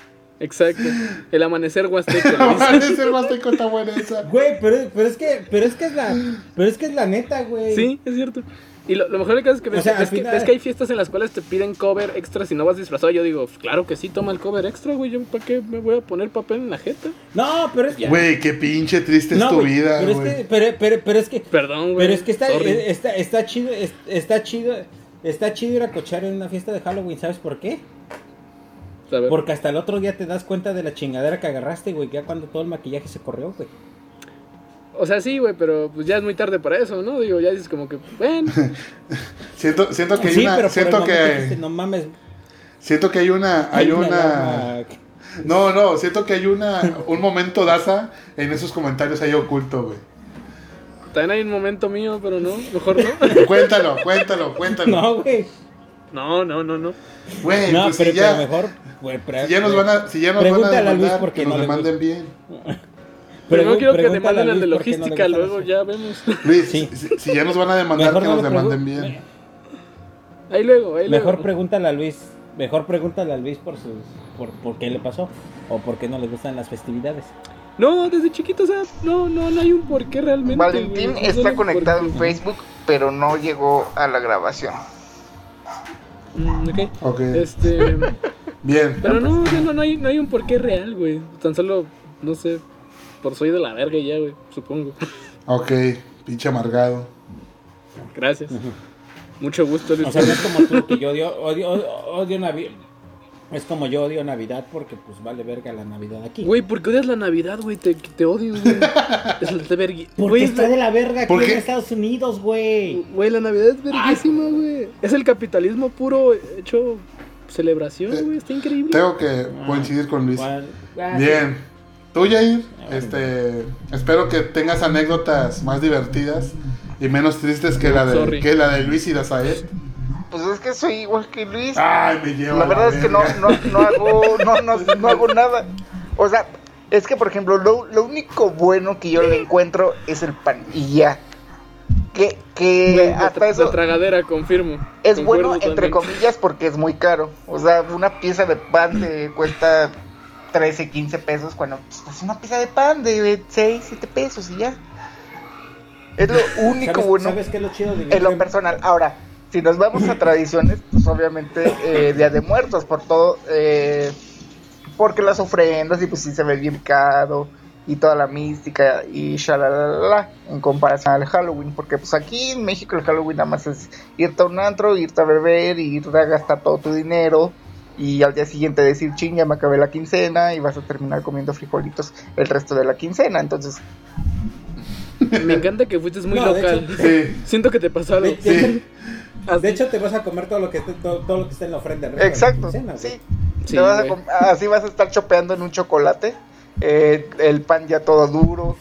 Speaker 2: exacto. El amanecer huasteco. le dicen.
Speaker 1: Amanecer huasteco está buena esa.
Speaker 3: Güey, pero, pero es que, pero es que es la, pero es que es la neta, güey.
Speaker 2: Sí, es cierto. Y lo, lo mejor del caso es que,
Speaker 3: O
Speaker 2: ves,
Speaker 3: sea, al
Speaker 2: es que
Speaker 3: final-
Speaker 2: ves que hay fiestas en las cuales te piden cover extra si no vas disfrazado. Yo digo, "Pues claro que sí, toma el cover extra, güey. ¿Yo para qué me voy a poner papel en la jeta?
Speaker 3: No, pero es que.
Speaker 1: Güey, qué pinche triste
Speaker 3: no,
Speaker 1: es tu
Speaker 3: güey,
Speaker 1: vida,
Speaker 3: pero
Speaker 1: güey.
Speaker 3: es que, pero, pero, pero es que,
Speaker 2: Perdón, güey.
Speaker 3: pero es que está, eh,
Speaker 2: sorry.
Speaker 3: está, está chido, es- está chido, está chido ir a cochar en una fiesta de Halloween, ¿sabes por qué?
Speaker 2: A ver.
Speaker 3: Porque hasta el otro día te das cuenta de la chingadera que agarraste, güey, ya cuando todo el maquillaje se corrió, güey.
Speaker 2: O sea, sí, güey, pero pues ya es muy tarde para eso, ¿no? Digo, ya dices como que, bueno,
Speaker 1: Siento, siento que hay
Speaker 3: Sí,
Speaker 1: una,
Speaker 3: pero por el
Speaker 1: siento
Speaker 3: momento dijiste,
Speaker 1: que,
Speaker 3: no mames,
Speaker 1: siento que hay una, hay una,
Speaker 3: alarma.
Speaker 1: no, no, siento que hay una, un momento Daza en esos comentarios ahí oculto, güey.
Speaker 2: también hay un momento mío, pero no, mejor no.
Speaker 1: Cuéntalo, cuéntalo, cuéntalo.
Speaker 3: No, güey.
Speaker 2: No, no, no, no.
Speaker 1: Güey,
Speaker 3: No,
Speaker 1: pues
Speaker 3: pero,
Speaker 1: si ya,
Speaker 3: pero mejor. güey, pre-
Speaker 1: si ya nos van a, si ya nos van a
Speaker 3: Pregúntale a Luis
Speaker 1: demandar,
Speaker 3: por qué
Speaker 1: que
Speaker 3: no
Speaker 1: nos
Speaker 3: le
Speaker 1: demanden bien.
Speaker 2: Pero no
Speaker 3: Pregú-
Speaker 2: quiero que
Speaker 3: pregúntale
Speaker 2: te manden
Speaker 3: a
Speaker 2: el de
Speaker 3: Luis por qué no le
Speaker 2: logística,
Speaker 3: gustan
Speaker 2: luego
Speaker 3: las-
Speaker 2: ya vemos.
Speaker 1: Luis,
Speaker 3: Sí.
Speaker 1: si, si ya nos van a demandar, que
Speaker 3: no
Speaker 1: nos
Speaker 3: le
Speaker 1: demanden
Speaker 3: pregun-
Speaker 1: bien.
Speaker 2: Ahí luego, ahí
Speaker 3: Mejor
Speaker 2: luego.
Speaker 3: pregúntale a Luis. Mejor pregúntale a Luis por sus. Por, por qué le pasó. O por qué no le gustan las festividades.
Speaker 2: No, desde chiquito, o sea, no, no, no hay un porqué realmente.
Speaker 4: Valentín
Speaker 2: güey,
Speaker 4: está
Speaker 2: solo
Speaker 4: conectado
Speaker 2: porque-
Speaker 4: en Facebook, pero no llegó a la grabación.
Speaker 2: Mm, ok.
Speaker 1: Ok,
Speaker 2: Este.
Speaker 1: bien.
Speaker 2: Pero no, o sea, no, no, hay, no hay un porqué real, güey. Tan solo, no sé, por soy de la verga y ya, güey, supongo.
Speaker 1: Ok, pinche amargado.
Speaker 2: Gracias. Mucho gusto, Luis.
Speaker 3: O sea, no es como tú que yo odio, odio, odio Navidad. Es como yo odio Navidad porque pues vale verga la Navidad aquí.
Speaker 2: Güey, ¿por qué odias la Navidad, güey? Te, te odio, güey. Es la te vergui-
Speaker 3: porque
Speaker 2: Güey,
Speaker 3: está
Speaker 2: la-
Speaker 3: de la verga aquí
Speaker 1: ¿Por qué?
Speaker 3: en Estados Unidos, güey.
Speaker 2: Güey, la Navidad es verguísima, güey. Es el capitalismo puro hecho celebración, güey. Está increíble.
Speaker 1: Tengo que coincidir con Luis.
Speaker 3: Bueno, ah, sí.
Speaker 1: Bien. Tú, Jair, este, espero que tengas anécdotas más divertidas y menos tristes que la de,
Speaker 2: Sorry.
Speaker 1: que la de Luis y la Saed.
Speaker 4: Pues es que soy igual que Luis.
Speaker 1: Ay, me lleva.
Speaker 4: La verdad es que no,
Speaker 1: verga.
Speaker 4: no, no hago, no, no, no hago nada. O sea, es que por ejemplo, lo, lo único bueno que yo le encuentro es el pan. Y ya. Que,
Speaker 2: Güey,
Speaker 4: que
Speaker 2: la, tra-
Speaker 4: hasta
Speaker 2: la
Speaker 4: eso
Speaker 2: tragadera, confirmo.
Speaker 4: es
Speaker 2: Concuerdo
Speaker 4: bueno,
Speaker 2: también.
Speaker 4: entre comillas, porque es muy caro. O sea, una pieza de pan te
Speaker 3: Mm.
Speaker 4: cuesta 13, 15 pesos cuando pues, es una pieza de pan de 6, 7 pesos y ya. Es lo único
Speaker 3: ¿Sabes,
Speaker 4: bueno
Speaker 3: ¿Sabes qué es lo chido de
Speaker 4: en
Speaker 3: vivir
Speaker 4: lo personal. Ahora, si nos vamos a tradiciones, pues obviamente eh, Día de Muertos, por todo, eh, porque las ofrendas y pues sí se ve bien caro y toda la mística y shalalala en comparación al Halloween, porque pues aquí en México el Halloween nada más es irte a un antro, irte a beber, irte a gastar todo tu dinero y al día siguiente decir ching, ya me acabé la quincena y vas a terminar comiendo frijolitos el resto de la quincena, entonces
Speaker 2: Me encanta que fuiste muy
Speaker 3: No, de
Speaker 2: local.
Speaker 1: Sí,
Speaker 2: Siento que te pasó algo.
Speaker 3: De, de-
Speaker 1: Sí.
Speaker 2: Así-
Speaker 3: de hecho, te vas a comer todo lo que, te- todo, todo lo que está en la ofrenda. ¿no?
Speaker 4: Exacto,
Speaker 3: La quincena, güey.
Speaker 4: sí.
Speaker 2: Sí,
Speaker 4: Te vas a
Speaker 2: güey.
Speaker 4: com- así vas a estar chopeando en un chocolate, eh, el pan ya todo duro.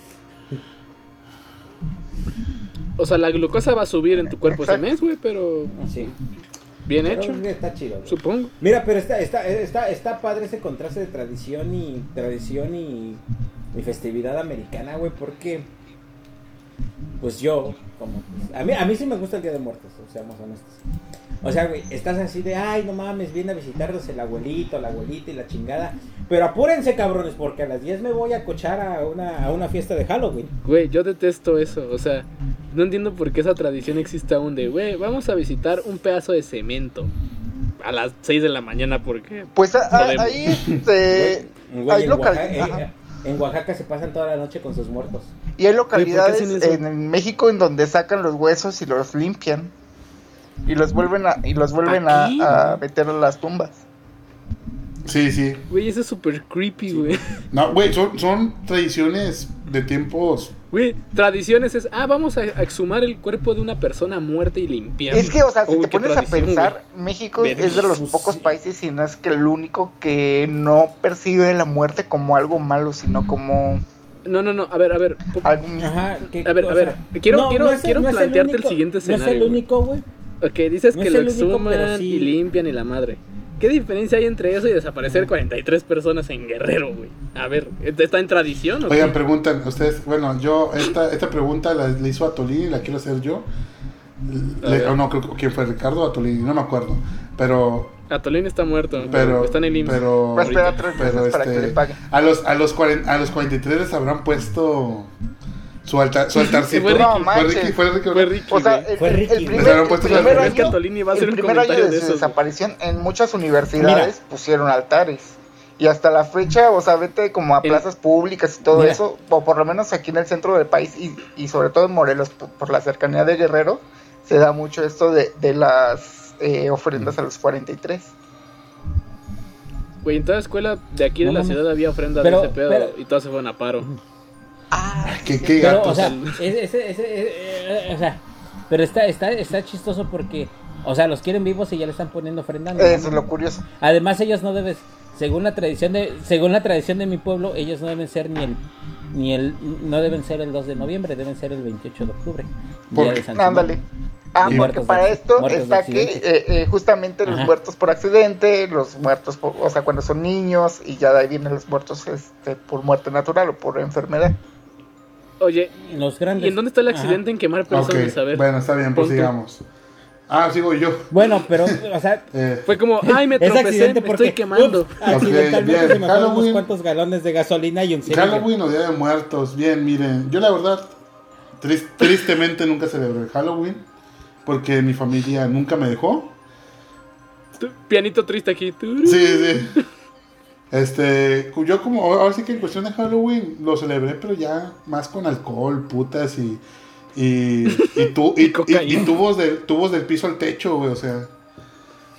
Speaker 2: O sea, la glucosa va a subir en tu cuerpo ese
Speaker 4: Exacto.
Speaker 2: mes, güey, pero
Speaker 3: Sí.
Speaker 2: bien
Speaker 3: Pero,
Speaker 2: hecho,
Speaker 3: güey, Está chido. güey.
Speaker 2: supongo.
Speaker 3: Mira, pero está, está, está, está padre ese contraste de tradición y tradición y, y festividad americana, güey, porque pues yo, como a mí, a mí sí me gusta el Día de Muertos, o seamos honestos. O sea, güey, estás así de, ay, no mames, viene a visitarnos el abuelito, la abuelita y la chingada. Pero apúrense, cabrones, porque a las 10 me voy a cochar a una, a una fiesta de Halloween.
Speaker 2: Güey, yo detesto eso. O sea, no entiendo por qué esa tradición existe aún de, güey, vamos a visitar un pedazo de cemento a las 6 de la mañana porque...
Speaker 4: Pues a- a-
Speaker 2: Podemos.
Speaker 4: ahí, este,
Speaker 3: Güey, güey,
Speaker 4: hay
Speaker 3: en,
Speaker 4: local-
Speaker 3: Oaxaca, eh,
Speaker 4: ajá.
Speaker 3: en Oaxaca se pasan toda la noche con sus muertos.
Speaker 4: y hay
Speaker 2: Güey, ¿por
Speaker 4: localidades
Speaker 2: qué hacen eso?
Speaker 4: en, en México en donde sacan los huesos y los limpian y los vuelven a y los vuelven a,
Speaker 2: ¿Aquí?
Speaker 4: a meter a las tumbas.
Speaker 1: sí, sí.
Speaker 2: Güey, eso es súper creepy, güey.
Speaker 1: No, güey, son, son tradiciones de tiempos.
Speaker 2: Güey, tradiciones es, ah, vamos a a exhumar el cuerpo de una persona muerta y limpiar.
Speaker 4: Es que, o sea, si
Speaker 2: Uy,
Speaker 4: te
Speaker 2: qué
Speaker 4: pones a
Speaker 2: tradición,
Speaker 4: pensar, México
Speaker 2: Verga.
Speaker 4: es de los
Speaker 3: Sí.
Speaker 4: pocos países, si no es que el único que no percibe la muerte como algo malo, sino como
Speaker 2: güey. No, no, no, a ver, a ver. po-
Speaker 4: algún
Speaker 3: Ajá, que-
Speaker 2: A ver,
Speaker 3: o
Speaker 2: a ver, quiero- quiero-
Speaker 3: es
Speaker 2: quiero
Speaker 3: es
Speaker 2: plantearte el
Speaker 3: único-
Speaker 2: siguiente
Speaker 3: No es
Speaker 2: escenario,
Speaker 3: el
Speaker 2: güey.
Speaker 3: único, güey.
Speaker 2: Ok, dices
Speaker 3: No
Speaker 2: que
Speaker 3: es
Speaker 2: lo
Speaker 3: el único, pero
Speaker 2: exhuman
Speaker 3: sí.
Speaker 2: y limpian y la madre. ¿Qué diferencia hay entre eso y desaparecer 43 personas en Guerrero, güey? A ver, ¿está en tradición o qué?
Speaker 1: Oigan, preguntan, ustedes, bueno, yo esta, esta pregunta la, le hizo a Tolini, la quiero hacer yo.
Speaker 2: A ver.
Speaker 1: Le- o no, creo que quién fue Ricardo o a Tolini, no me acuerdo. Pero,
Speaker 2: Atolín está muerto,
Speaker 1: pero,
Speaker 2: está en el IMSS.
Speaker 1: pero,
Speaker 4: Va a esperar tres
Speaker 1: pero,
Speaker 4: meses para que
Speaker 1: este,
Speaker 4: le paguen.
Speaker 1: a los a los, cuaren- a los 43 les habrán puesto su, alta, su altarcito.
Speaker 2: Fue Ricky.
Speaker 1: No,
Speaker 2: No,
Speaker 1: Ricky,
Speaker 4: manches.
Speaker 1: fue Ricky,
Speaker 2: Fue Ricky,
Speaker 4: O sea,
Speaker 2: güey.
Speaker 4: el,
Speaker 3: Fue
Speaker 4: el-
Speaker 3: Ricky,
Speaker 4: el
Speaker 3: güey. pues,
Speaker 4: primer,
Speaker 1: Pero han puesto
Speaker 4: el primer
Speaker 1: las-
Speaker 2: Es que
Speaker 4: año,
Speaker 2: Antolini va a hacer
Speaker 4: el
Speaker 2: un
Speaker 4: primer año
Speaker 2: comentario
Speaker 4: de,
Speaker 2: de
Speaker 4: su
Speaker 2: eso. güey.
Speaker 4: desaparición, en muchas universidades pusieron altares. Y hasta la fecha, o sea, vete como a
Speaker 2: En-
Speaker 4: plazas públicas y todo
Speaker 3: Mira.
Speaker 4: eso, o por lo menos aquí en el centro del país y, y sobre todo en Morelos, por, por la cercanía de Guerrero, se da mucho esto de, de las eh,
Speaker 2: Mm.
Speaker 4: ofrendas a los 43.
Speaker 2: Güey, en toda escuela de aquí de
Speaker 3: No
Speaker 2: la
Speaker 3: mames.
Speaker 2: ciudad había ofrenda
Speaker 3: Pero-
Speaker 2: de ese pedo
Speaker 3: pero-
Speaker 2: y todos se fueron a paro.
Speaker 4: Ah,
Speaker 1: Qué, qué
Speaker 3: Pero,
Speaker 1: gatos.
Speaker 3: o sea, ese- ese- ese- eh, eh, o sea, pero está, está, está chistoso porque, o sea, los quieren vivos y ya le están poniendo ofrenda. ¿no?
Speaker 4: eso es lo curioso.
Speaker 3: Además, ellos no deben, según la tradición de, según la tradición de mi pueblo, ellos no deben ser ni el, ni el, no deben ser el 2 de noviembre, deben ser el 28 de octubre.
Speaker 1: ¿Por
Speaker 3: Día
Speaker 1: qué?
Speaker 3: de San Simón.
Speaker 4: Ándale. Ah,
Speaker 3: Y
Speaker 4: porque
Speaker 3: muertos
Speaker 4: para
Speaker 3: de-
Speaker 4: esto
Speaker 3: muertos de
Speaker 4: está que
Speaker 3: accidente.
Speaker 4: eh, eh, justamente los
Speaker 3: Ajá.
Speaker 4: muertos por accidente, los muertos, por- o sea, cuando son niños y ya de ahí vienen los muertos este, por muerte natural o por enfermedad.
Speaker 2: Oye,
Speaker 3: Los grandes.
Speaker 2: ¿y en dónde está el
Speaker 3: Ajá.
Speaker 2: accidente en quemar personas?
Speaker 1: Ok,
Speaker 2: A ver.
Speaker 1: bueno, está bien,
Speaker 2: Pon tú.
Speaker 1: prosigamos. Ah, sigo yo.
Speaker 3: Bueno, pero, o sea,
Speaker 1: Eh,
Speaker 2: Fue como, ay, me
Speaker 3: Es
Speaker 2: tropecé, me
Speaker 3: accidente porque
Speaker 2: estoy quemando.
Speaker 3: ups, accidentalmente
Speaker 1: bien,
Speaker 3: se me fueron unos
Speaker 1: Halloween.
Speaker 3: cuantos galones de gasolina y un cerillo.
Speaker 1: Halloween o Día de Muertos. Bien, miren, yo la verdad, tris- tristemente nunca celebré el Halloween porque mi familia nunca me dejó.
Speaker 2: Tu- Pianito triste aquí. Turu.
Speaker 1: Sí, sí. Este, yo como, ahora sí que en cuestión de Halloween lo celebré, pero ya más con alcohol, putas y. Y, y, tu- y-
Speaker 2: Y cocaína.
Speaker 1: y- y tubos, de, tubos del piso al techo, güey, o sea.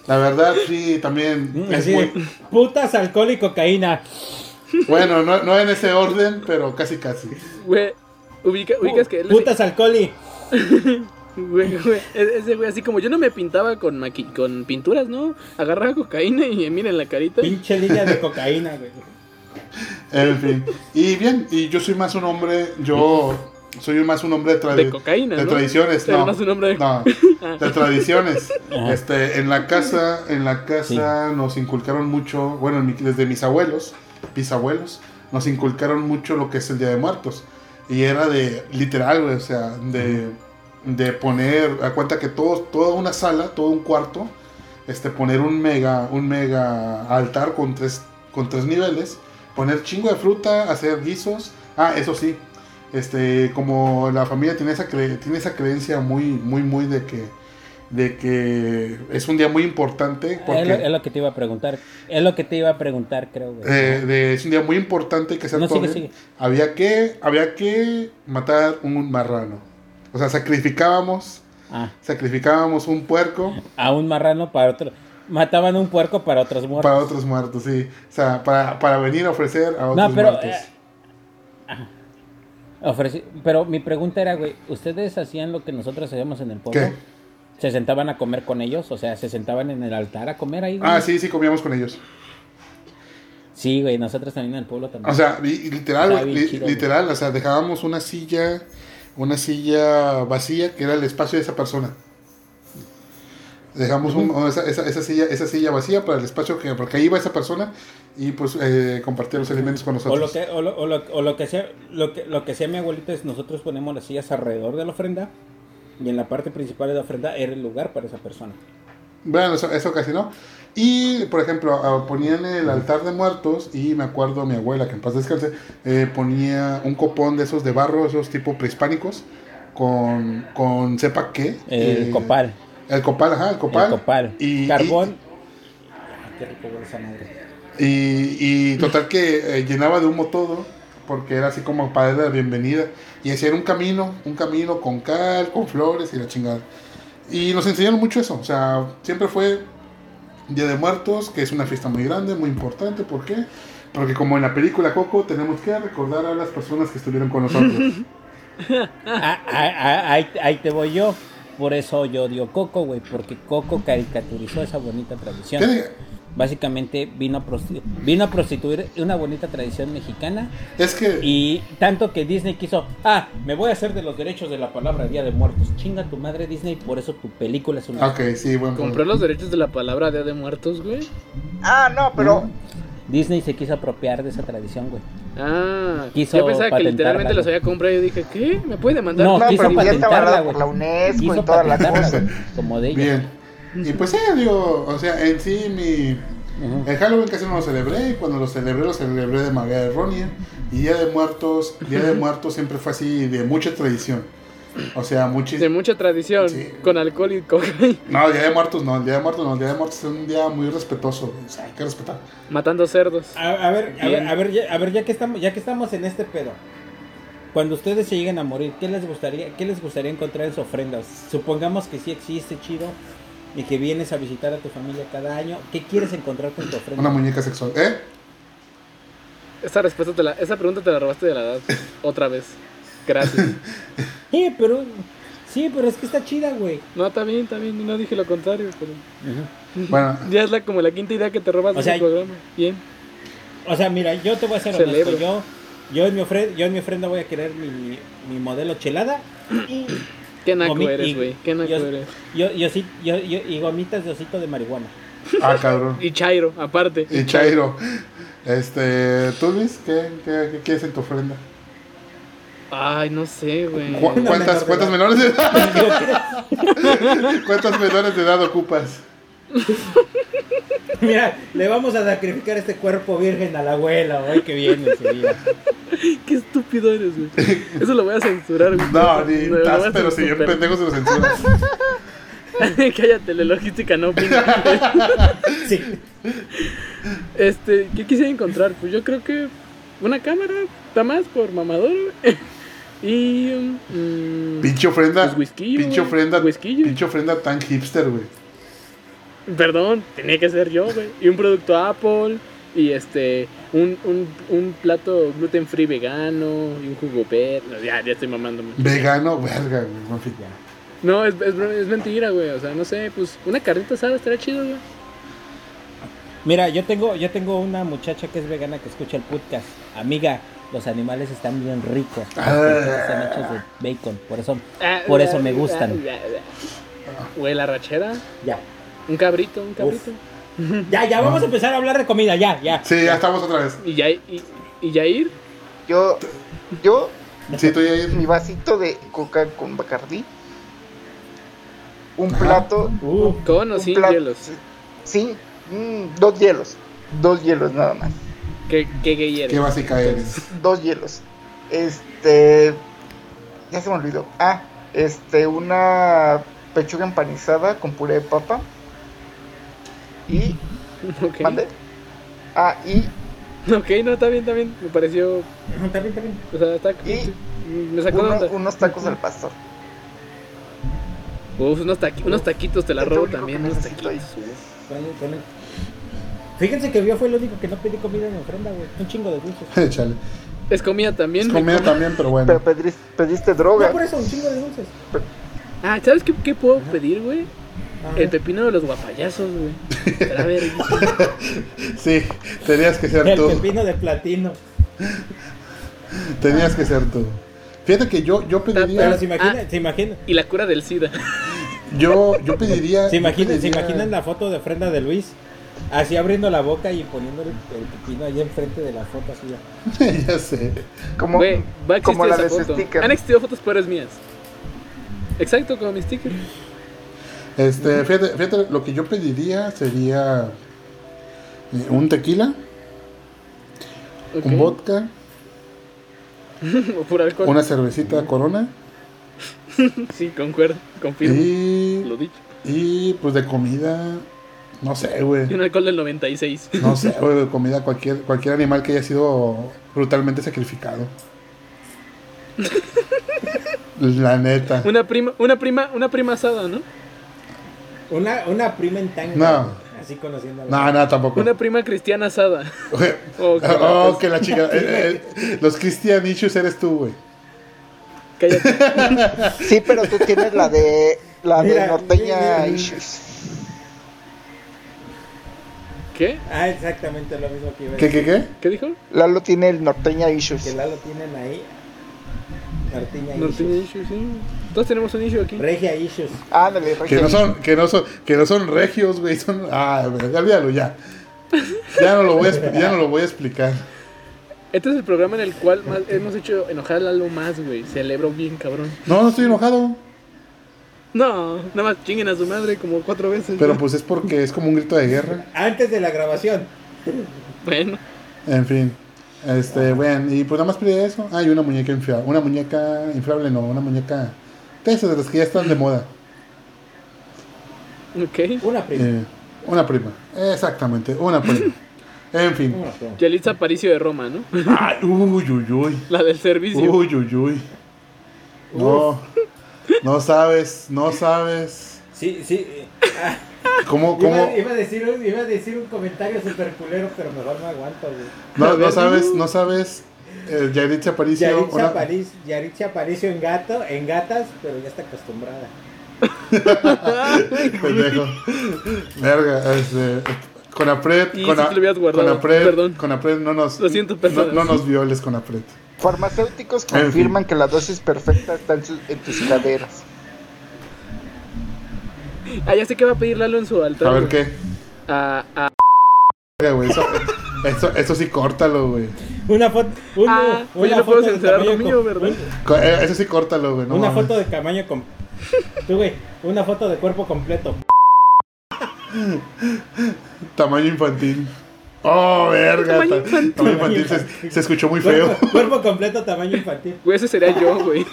Speaker 1: La verdad, sí, también.
Speaker 3: Mm,
Speaker 1: Es
Speaker 3: Así de,
Speaker 1: muy,
Speaker 3: putas, alcohol y cocaína.
Speaker 1: bueno, no, no en ese orden, pero casi, casi.
Speaker 2: Güey, ubica,
Speaker 3: Oh,
Speaker 2: ubicas que él así-
Speaker 3: Putas, alcohol y...
Speaker 2: Güey, güey, e- ese güey así como yo no me pintaba con maqui con pinturas, ¿no? Agarraba cocaína y miren la carita.
Speaker 3: Pinche línea de cocaína, güey.
Speaker 1: En fin. Y bien, y yo soy más un hombre, yo soy más un hombre de, tradi-
Speaker 2: De cocaína,
Speaker 1: de
Speaker 2: ¿no?
Speaker 1: tradiciones,
Speaker 2: Pero
Speaker 1: no.
Speaker 2: no es un hombre de-
Speaker 1: No, de tradiciones.
Speaker 3: Ajá.
Speaker 1: Este, en la casa, en la casa nos inculcaron mucho, bueno, en mi- desde mis abuelos, bisabuelos, nos inculcaron mucho lo que es el Día de Muertos. Y era de, literal, güey, o sea, de, de poner, a cuenta que todo, toda una sala, todo un cuarto, este, poner un mega, un mega altar con tres, con tres niveles, poner chingo de fruta, hacer guisos. Ah, eso sí, este, como la familia tiene esa, cre- tiene esa creencia muy, muy, muy de que, de que es un día muy importante
Speaker 3: Es lo, es
Speaker 1: porque
Speaker 3: lo que te iba a preguntar. Es lo que te iba a preguntar, creo, güey.
Speaker 1: eh, de- es un día muy importante que se
Speaker 3: No, sigue,
Speaker 1: actualmente
Speaker 3: sigue.
Speaker 1: había que había que matar un marrano o sea sacrificábamos
Speaker 3: Ah,
Speaker 1: sacrificábamos un puerco
Speaker 3: a un marrano para otro. Mataban un puerco para otros muertos.
Speaker 1: para otros muertos sí o sea para, para venir a ofrecer a otros
Speaker 3: no, pero.
Speaker 1: muertos
Speaker 3: eh, ajá. Ofreci- Pero mi pregunta era, güey, ¿ustedes hacían lo que nosotros hacíamos en el pueblo?
Speaker 1: ¿Qué?
Speaker 3: ¿Se sentaban a comer con ellos? O sea, ¿se sentaban en el altar a comer ahí, güey?
Speaker 1: ah sí sí comíamos con ellos
Speaker 3: Sí, güey, nosotros también en el pueblo también.
Speaker 1: O sea, li- literal,
Speaker 3: Está
Speaker 1: güey,
Speaker 3: bien
Speaker 1: li-
Speaker 3: chido, güey.
Speaker 1: literal, o sea, dejábamos una silla, una silla vacía que era el espacio de esa persona. Dejamos un- esa, esa- esa silla, esa silla vacía para el espacio que, porque ahí iba esa persona y pues eh, compartía los alimentos con
Speaker 3: O
Speaker 1: nosotros.
Speaker 3: lo que, o lo, o lo- o lo que sea, lo que, lo que sea mi abuelita es nosotros ponemos las sillas alrededor de la ofrenda y en la parte principal de la ofrenda era el lugar para esa persona.
Speaker 1: Bueno, eso, eso casi no. Y, por ejemplo, ah, ponían el altar de muertos y me acuerdo mi abuela, que en paz descanse, eh, ponía un copón de esos de barro, esos tipo prehispánicos, con, con sepa qué.
Speaker 3: El
Speaker 1: eh,
Speaker 3: copal,
Speaker 1: El copal, ajá, el copal.
Speaker 3: el copal,
Speaker 1: Y,
Speaker 3: carbón. Ah, qué rico huele esa madre.
Speaker 1: Y, y- y total que eh, llenaba de humo todo, porque era así como para darle la bienvenida. Y así era un camino, un camino con cal, con flores y la chingada. Y nos enseñaron mucho eso, o sea, siempre fue Día de Muertos, que es una fiesta muy grande, muy importante, ¿por qué? Porque como en la película Coco, tenemos que recordar a las personas que estuvieron con nosotros.
Speaker 3: Ah, ah, ah, ahí, ahí te voy yo. Por eso yo odio Coco, güey, porque Coco caricaturizó esa bonita tradición.
Speaker 1: Tiene-
Speaker 3: Básicamente vino a, prosti- vino a prostituir una bonita tradición mexicana
Speaker 1: es que...
Speaker 3: Y tanto que Disney quiso, ah, me voy a hacer de los derechos de la palabra Día de Muertos. Chinga tu madre Disney, por eso tu película es una...
Speaker 1: Ok, sí, bueno.
Speaker 2: Compró los derechos de la palabra Día de Muertos, güey.
Speaker 4: Ah, no,
Speaker 3: Mm.
Speaker 4: pero
Speaker 3: Disney se quiso apropiar de esa tradición, güey.
Speaker 2: Ah,
Speaker 3: Quiso
Speaker 2: yo pensaba que
Speaker 3: patentarla,
Speaker 2: literalmente
Speaker 3: güey.
Speaker 2: los había comprado y yo dije, ¿qué? ¿Me puede demandar?
Speaker 3: No,
Speaker 4: no,
Speaker 3: quiso
Speaker 4: pero ya está
Speaker 3: patentarla,
Speaker 4: avalado
Speaker 3: güey.
Speaker 4: por la UNESCO
Speaker 3: Quiso
Speaker 4: y toda la
Speaker 3: patentarla,
Speaker 4: cosa.
Speaker 3: güey, como de ella.
Speaker 1: Bien. Y pues sí, digo, o sea, en sí mi...
Speaker 3: Ujú.
Speaker 1: El Halloween casi no lo celebré y cuando lo celebré lo celebré de manera errónea. Y Día de Muertos, Día de Muertos siempre fue así de mucha tradición. O sea,
Speaker 2: De
Speaker 1: muchísimo...
Speaker 2: mucha tradición,
Speaker 1: Sí.
Speaker 2: con alcohol y cocaína,
Speaker 1: No, el Día de Muertos no, el Día de Muertos no, el Día de Muertos es un día muy respetuoso. O sea, hay que respetar.
Speaker 2: matando cerdos.
Speaker 3: A, a ver, a
Speaker 2: Bien.
Speaker 3: ver, a ver, ya, a ver, ya que estamos, ya que estamos en este pedo. Cuando ustedes se lleguen a morir, ¿qué les gustaría, qué les gustaría encontrar en sus ofrendas? Supongamos que sí existe chido y que vienes a visitar a tu familia cada año. ¿Qué quieres encontrarte en tu ofrenda?
Speaker 1: Una muñeca sexual. ¿Eh?
Speaker 2: Esa respuesta te la, esa pregunta te la robaste de la edad, otra vez. Gracias.
Speaker 3: Sí, pero, sí, pero es que está chida, güey.
Speaker 2: No, está bien, está bien, no dije lo contrario, pero
Speaker 1: Bueno,
Speaker 2: ya es la, como la quinta idea que te robas
Speaker 3: O
Speaker 2: de
Speaker 3: sea,
Speaker 2: ese programa. Bien.
Speaker 3: O sea, mira, yo te voy a ser
Speaker 2: Celebro.
Speaker 3: honesto. Yo, yo, en mi ofrenda, yo en mi ofrenda voy a querer mi, mi modelo chelada y,
Speaker 2: Qué naco
Speaker 3: gomi- y-
Speaker 2: eres, güey, qué naco
Speaker 3: y os-
Speaker 2: eres.
Speaker 3: yo- yo sí- yo- yo- y gomitas de osito de marihuana.
Speaker 1: ah, cabrón.
Speaker 2: Y Chairo, aparte.
Speaker 1: Y Chairo. Este, ¿tú Luis? ¿Qué, qué, qué quieres en tu ofrenda?
Speaker 2: Ay, no sé, güey.
Speaker 1: Cu-
Speaker 3: Una menor
Speaker 1: ¿Cuántas,
Speaker 3: de
Speaker 1: cuántas
Speaker 3: edad.
Speaker 1: menores de edad? ¿Cuántas menores de edad ocupas?
Speaker 3: Mira, le vamos a sacrificar este cuerpo virgen a la abuela, hoy que viene ese día.
Speaker 2: Qué estúpido eres, güey. Eso lo voy a censurar, güey.
Speaker 1: No,
Speaker 2: Eso-
Speaker 1: ni
Speaker 2: lo voy a
Speaker 1: tas, pero si bien
Speaker 2: censurar.
Speaker 1: pendejo se lo censura.
Speaker 2: Cállate, la logística no opina.
Speaker 3: Sí.
Speaker 2: Este, ¿qué quisiera encontrar? Pues yo creo que una cámara, está más por mamador. güey. y. mm,
Speaker 1: Pinche ofrenda.
Speaker 2: Pues whisky,
Speaker 1: pinche
Speaker 2: güey.
Speaker 1: ofrenda.
Speaker 2: Whisky.
Speaker 1: Pinche ofrenda tan hipster, güey.
Speaker 2: perdón, tenía que ser yo, güey. Y un producto Apple. Y este, un, un, un plato gluten free vegano. Y un jugo verde. Ya, ya estoy mamándome.
Speaker 1: Vegano, verga, güey. En fin.
Speaker 2: No, es, es, es mentira, güey. O sea, no sé, pues una carnita asada estaría chido, güey.
Speaker 3: Mira, yo tengo, yo tengo una muchacha que es vegana que escucha el podcast. Amiga, los animales están bien ricos. porque Están hechos de bacon, por eso.
Speaker 2: Ah,
Speaker 3: Por eso
Speaker 2: ah,
Speaker 3: me
Speaker 2: ah,
Speaker 3: gustan.
Speaker 2: ah, ah. Güey, la rachera.
Speaker 3: Ya.
Speaker 2: Un cabrito, un cabrito.
Speaker 3: Ya, ya, vamos a empezar a hablar de comida, ya, ya.
Speaker 1: Sí, ya estamos otra vez.
Speaker 2: Y ya, y, y ya ir.
Speaker 4: Yo, yo,
Speaker 1: Sí, estoy ahí.
Speaker 4: mi vasito de coca con bacardí, un plato,
Speaker 3: Uh,
Speaker 2: Con o
Speaker 4: un
Speaker 2: sin
Speaker 4: plato-
Speaker 2: hielos.
Speaker 4: sin, mm, dos hielos, dos hielos nada más,
Speaker 2: ¿Qué, qué gay eres?
Speaker 1: Qué básica eres.
Speaker 4: dos hielos, este, ya se me olvidó, ah, este, una pechuga empanizada con puré de papa. Y.
Speaker 2: Ok.
Speaker 4: ¿Mande? Ah, y.
Speaker 2: Ok, no, está bien, está bien. Me pareció.
Speaker 3: Está bien, está bien.
Speaker 2: O sea, está.
Speaker 4: Y
Speaker 2: Me sacó
Speaker 4: uno-
Speaker 2: de onda.
Speaker 4: unos tacos al pastor.
Speaker 2: Uf, unos, taqui- unos taquitos te la
Speaker 4: Es lo
Speaker 2: robo
Speaker 4: único
Speaker 2: también.
Speaker 4: que
Speaker 2: Unos
Speaker 4: necesito ahí.
Speaker 2: taquitos. uf.
Speaker 3: Ponle, ponle. Fíjense que yo fue el único que no pedí comida en ofrenda, güey. Un chingo de dulces.
Speaker 1: Échale.
Speaker 2: Es comida también.
Speaker 1: Es comida también, pero bueno.
Speaker 4: Pero pediste, pediste droga.
Speaker 3: No por eso, un chingo de dulces.
Speaker 2: Ah, ¿sabes qué, qué puedo pedir, güey?
Speaker 3: Ah,
Speaker 2: El pepino de los guapayazos, güey. Estará verguísima.
Speaker 1: Sí, tenías que ser
Speaker 3: Ah. el
Speaker 1: tú.
Speaker 3: pepino de platino.
Speaker 1: Tenías que ser tú. Fíjate que yo, yo
Speaker 3: Pero
Speaker 1: pediría.
Speaker 3: se imaginan,
Speaker 2: Ah.
Speaker 3: se imaginan,
Speaker 2: Y la cura del SIDA.
Speaker 1: Yo, yo pediría.
Speaker 3: se
Speaker 1: yo
Speaker 3: imaginan, se
Speaker 1: pediría-
Speaker 3: imaginan la foto de ofrenda de Luis. Así abriendo la boca y poniendo el, el pepino ahí enfrente de la foto así. ya.
Speaker 1: ya sé.
Speaker 4: Como,
Speaker 2: Güey, va a existir
Speaker 4: como la
Speaker 2: esa
Speaker 4: de ese
Speaker 2: foto.
Speaker 4: sticker.
Speaker 2: Han existido fotos peores mías. Exacto, como mis stickers.
Speaker 1: Este, fíjate, fíjate, lo que yo pediría sería eh, un tequila,
Speaker 2: Ok.
Speaker 1: un vodka,
Speaker 2: O puro alcohol.
Speaker 1: una cervecita corona
Speaker 2: Sí, concuerdo, confirmo.
Speaker 1: y,
Speaker 2: Lo dicho.
Speaker 1: y pues de comida, no sé,
Speaker 2: Y
Speaker 1: güey.
Speaker 2: un alcohol del 96.
Speaker 1: No sé, güey, de comida cualquier, cualquier animal que haya sido brutalmente sacrificado. La neta.
Speaker 2: Una prima, una prima, una prima asada, ¿no?
Speaker 3: Una, una prima en tanga.
Speaker 1: No.
Speaker 3: güey, Así conociendo a la
Speaker 1: No, no, tampoco.
Speaker 2: Una prima cristiana asada. Oh, qué
Speaker 1: Oh, que la chica. eh, eh, los Christian issues eres tú, güey.
Speaker 2: Cállate.
Speaker 4: Sí, pero tú tienes la de la
Speaker 3: Mira,
Speaker 4: de norteña
Speaker 3: mira, mira.
Speaker 4: issues.
Speaker 2: ¿Qué?
Speaker 3: Ah, exactamente lo mismo que iba a
Speaker 1: ¿Qué,
Speaker 3: decir.
Speaker 1: qué, qué?
Speaker 2: ¿Qué dijo?
Speaker 4: Lalo tiene el norteña issues.
Speaker 3: Que Lalo tienen ahí. Norteña
Speaker 2: No
Speaker 3: issues.
Speaker 2: tiene issue, sí. Todos tenemos un issue aquí.
Speaker 3: Regia issues.
Speaker 4: Ándale, Reggie.
Speaker 1: Que no son, que no son, que no son regios, güey. Son. Ah, güey, ya olvídalo ya. Ya no lo voy a, expli- ya no lo voy a explicar.
Speaker 2: Este es el programa en el cual más hemos hecho enojar a Lalo más, güey. Celebro bien, cabrón.
Speaker 1: No, no estoy enojado.
Speaker 2: No, nada más chinguen a su madre como cuatro veces.
Speaker 1: Pero pues es porque es como un grito de guerra.
Speaker 3: Antes de la grabación.
Speaker 1: pues-
Speaker 2: Bueno,
Speaker 1: En fin. Este, bueno, y pues nada más pedí eso. Hay una muñeca inflable. Una muñeca inflable, no, una muñeca. De esas de las que ya están de moda.
Speaker 2: ok.
Speaker 3: Una prima.
Speaker 1: Eh, una prima. Exactamente, una prima. En fin.
Speaker 3: Una prima.
Speaker 2: Yalitza Aparicio de Roma, ¿no?
Speaker 1: Ay, uy, uy, uy.
Speaker 2: La del servicio.
Speaker 1: Uy, uy, uy. No, no sabes, no sabes.
Speaker 3: Sí, sí. eh, ah,
Speaker 1: ¿Cómo, cómo?
Speaker 3: iba, iba a decir, un- iba a decir un comentario super culero, pero mejor no aguanto, güey.
Speaker 1: No, no sabes, no sabes. Eh, Yaritza Aparicio.
Speaker 3: Yaritza,
Speaker 1: una-
Speaker 3: París, Yaritza Aparicio en gato, en gatas, pero ya está acostumbrada.
Speaker 1: Pendejo. Verga, este. Con Apret,
Speaker 2: Y
Speaker 1: con,
Speaker 2: si te lo hubieras guardado, perdón.
Speaker 1: con Apret no nos,
Speaker 2: Lo siento,
Speaker 1: no,
Speaker 2: personas.
Speaker 1: no nos violes con Apret.
Speaker 4: Farmacéuticos
Speaker 1: En fin.
Speaker 4: confirman que la dosis perfecta está en, sus- en tus caderas.
Speaker 2: Ah, ya sé que va a pedir Lalo en su altar.
Speaker 1: A ver
Speaker 2: güey. Ah,
Speaker 1: qué.
Speaker 2: A, a-
Speaker 1: Verga, güey, Eso, eso, eso sí, córtalo, güey.
Speaker 3: Una foto. un-
Speaker 2: Ah, pues
Speaker 3: una
Speaker 2: yo no puedo
Speaker 3: foto de
Speaker 2: censurar lo
Speaker 3: tamaño
Speaker 2: mío,
Speaker 3: con-
Speaker 2: ¿verdad?
Speaker 1: Co- eh, Eso sí, córtalo, güey. No,
Speaker 3: una
Speaker 1: mames.
Speaker 3: foto de tamaño con. Tú, güey, una foto de cuerpo completo.
Speaker 1: Tamaño infantil. Oh, verga.
Speaker 2: Tamaño
Speaker 1: ta-
Speaker 2: infantil.
Speaker 1: tamaño infantil se, se escuchó muy feo.
Speaker 3: Cuerpo, cuerpo completo, tamaño infantil.
Speaker 2: Güey, ese sería yo, güey.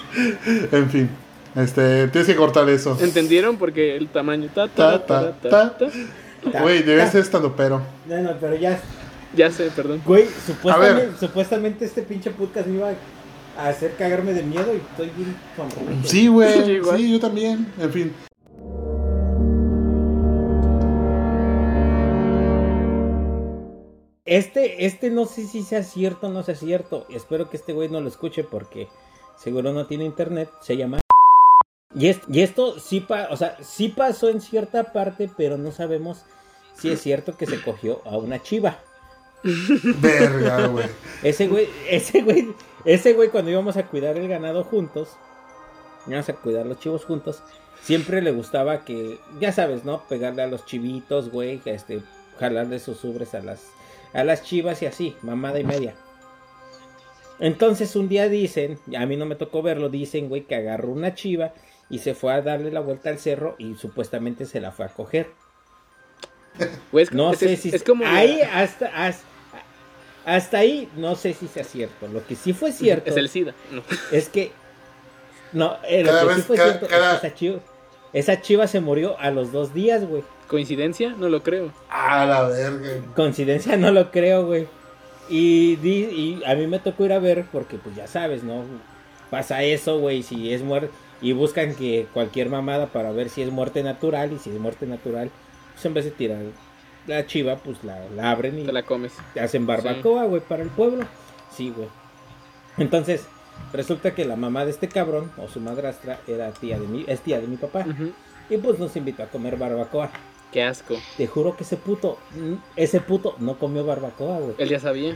Speaker 1: En fin, este, tienes que cortar eso.
Speaker 2: ¿Entendieron? Porque el tamaño. Ta,
Speaker 1: Ta,
Speaker 2: ta, ta,
Speaker 1: ta,
Speaker 2: ta, ta.
Speaker 3: Ta-
Speaker 1: Güey, debes
Speaker 3: ta-
Speaker 1: ser estando pero.
Speaker 3: No, no, pero ya.
Speaker 2: Ya sé, perdón.
Speaker 3: Güey, supuestamente,
Speaker 1: ver.
Speaker 3: supuestamente este pinche podcast me iba a hacer cagarme de miedo y estoy bien sonriente.
Speaker 1: Sí,
Speaker 2: Sí,
Speaker 1: güey.
Speaker 2: igual.
Speaker 1: Sí, yo también. En fin.
Speaker 3: Este, este no sé si sea cierto o no sea cierto. Espero que este güey no lo escuche porque seguro no tiene internet. Se llama. Y, es- y esto sí, pa- o sea, sí pasó en cierta parte, pero no sabemos si es cierto que se cogió a una chiva.
Speaker 1: Verga, güey.
Speaker 3: Ese güey, ese güey, ese güey cuando íbamos a cuidar el ganado juntos, íbamos a cuidar los chivos juntos, siempre le gustaba que, ya sabes, ¿no? Pegarle a los chivitos, güey, que, este, jalarle sus ubres a las, a las chivas y así, mamada y media. Entonces un día dicen, a mí no me tocó verlo, dicen, güey, que agarró una chiva y se fue a darle la vuelta al cerro y supuestamente se la fue a coger.
Speaker 2: Güey, es,
Speaker 3: No
Speaker 2: es-
Speaker 3: sé
Speaker 2: es-
Speaker 3: si
Speaker 2: es como.
Speaker 3: ahí hasta, hasta hasta ahí no sé si sea cierto. Lo que sí fue cierto
Speaker 2: Es el SIDA. No.
Speaker 3: es que no eh, lo
Speaker 1: Cada
Speaker 3: que sí
Speaker 1: vez-
Speaker 3: fue
Speaker 1: cada-
Speaker 3: cierto es
Speaker 1: cada-
Speaker 3: que esa chiva- Esa chiva se murió a los dos días, güey.
Speaker 2: ¿Coincidencia? No lo creo.
Speaker 1: A la verga.
Speaker 3: Coincidencia, no lo creo, güey. Y, di- y a mí me tocó ir a ver porque, pues ya sabes, ¿no? Pasa eso, güey, si es muerte. Y buscan que cualquier mamada para ver si es muerte natural. Y si es muerte natural, pues en vez de tirar la chiva, pues la, la abren y
Speaker 2: Te la comes.
Speaker 3: hacen barbacoa, güey, para el pueblo. Sí, güey. Entonces, resulta que la mamá de este cabrón, o su madrastra, era tía de mi, es tía de mi papá.
Speaker 2: Ujú.
Speaker 3: Y pues nos invitó a comer barbacoa.
Speaker 2: Qué asco.
Speaker 3: Te juro que ese puto, mm, ese puto no comió barbacoa, güey.
Speaker 2: Él ya sabía.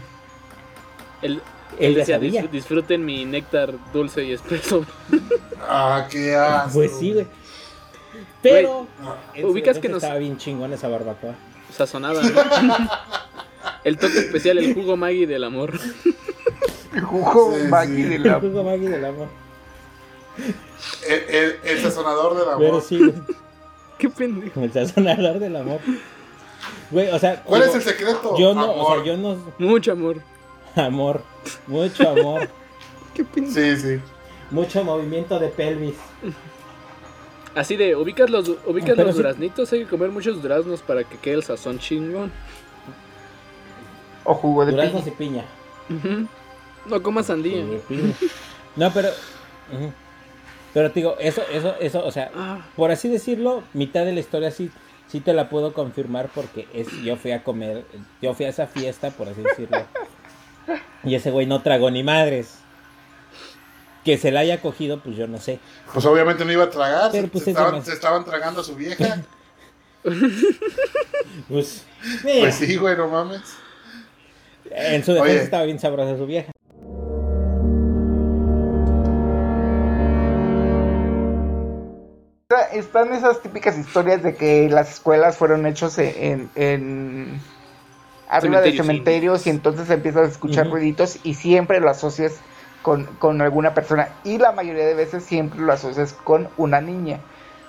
Speaker 2: Él,
Speaker 3: Él
Speaker 2: él
Speaker 3: ya
Speaker 2: decía,
Speaker 3: sabía.
Speaker 2: "Disfr- disfruten mi néctar dulce y espeso.
Speaker 1: Ah, qué asco.
Speaker 3: Pues sí, güey. Pero,
Speaker 1: Ah,
Speaker 3: en su
Speaker 2: ah, ubicas
Speaker 3: defensa
Speaker 2: que nos-
Speaker 3: estaba bien chingón esa barbacoa.
Speaker 2: Sazonada, ¿no? El toque especial, el jugo Maggi del amor.
Speaker 4: El jugo
Speaker 1: Sí,
Speaker 4: Maggi
Speaker 1: sí.
Speaker 4: de
Speaker 3: El
Speaker 4: la.
Speaker 3: jugo Maggi del amor.
Speaker 1: El, el, E-, el sazonador del
Speaker 3: Pero
Speaker 1: amor.
Speaker 3: sí, güey,
Speaker 2: Qué pendejo.
Speaker 3: el sazonador del amor. Güey, o sea,
Speaker 1: ¿Cuál
Speaker 3: digo,
Speaker 1: es el secreto?
Speaker 3: yo no,
Speaker 1: Amor.
Speaker 3: o sea, yo no
Speaker 2: Mucho amor.
Speaker 3: amor, mucho amor,
Speaker 2: Qué pendejo.
Speaker 1: Sí, sí.
Speaker 3: mucho movimiento de pelvis.
Speaker 2: Así de, ubicas los, ubicas
Speaker 3: Pero
Speaker 2: los
Speaker 3: sí.
Speaker 2: duraznitos, hay que comer muchos duraznos para que quede el sazón chingón.
Speaker 4: O jugo de
Speaker 3: Duraznos
Speaker 4: piña.
Speaker 3: y piña.
Speaker 2: Ujú. No comas sandía.
Speaker 3: Jugo de piña. No, pero ujú. Pero te digo, eso eso eso, o sea,
Speaker 2: Ah,
Speaker 3: por así decirlo, mitad de la historia sí, sí te la puedo confirmar porque es, yo fui a comer, yo fui a esa fiesta, por así decirlo. Y ese güey no tragó ni madres. Que se la haya cogido, pues yo no sé.
Speaker 1: Pues obviamente no iba a tragar.
Speaker 3: Pero,
Speaker 1: se-
Speaker 3: pues,
Speaker 1: se,
Speaker 3: es
Speaker 1: estaban,
Speaker 3: demás.
Speaker 1: se estaban tragando a su vieja.
Speaker 3: Pues, mira,
Speaker 1: Pues sí, güey, no mames.
Speaker 3: en su defensa
Speaker 1: Oye.
Speaker 3: estaba bien sabrosa su vieja.
Speaker 4: Está- Están esas típicas historias de que las escuelas fueron hechas en, en- en- arriba de
Speaker 2: Cementerios, sí.
Speaker 4: cementerios y entonces empiezas a escuchar
Speaker 3: Ujú.
Speaker 4: ruiditos y siempre lo asocias con, con alguna persona y la mayoría de veces siempre lo asocias con una niña.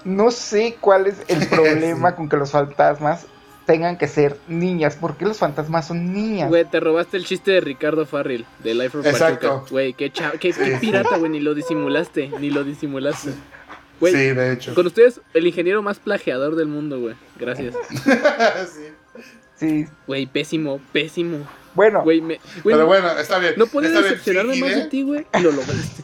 Speaker 4: No sé cuál es el problema
Speaker 1: Sí.
Speaker 4: con que los fantasmas tengan que ser niñas, porque los fantasmas son niñas.
Speaker 2: güey, te robaste el chiste de Ricardo Farril, de Life from
Speaker 1: Exacto.
Speaker 2: Pachuca. Güey, qué, cha- qué, qué
Speaker 1: Sí.
Speaker 2: pirata, güey, ni lo disimulaste, ni lo disimulaste. Güey,
Speaker 1: Sí, de hecho.
Speaker 2: con ustedes, el ingeniero más plagiador del mundo, güey. Gracias.
Speaker 1: Sí.
Speaker 4: Sí.
Speaker 2: Güey, pésimo, pésimo.
Speaker 4: Bueno,
Speaker 2: Güey, me... güey,
Speaker 1: Pero bueno, está bien.
Speaker 2: no podía
Speaker 1: está bien,
Speaker 2: decepcionarme más de
Speaker 1: fingiré-
Speaker 2: ti, güey. y Lo lograste.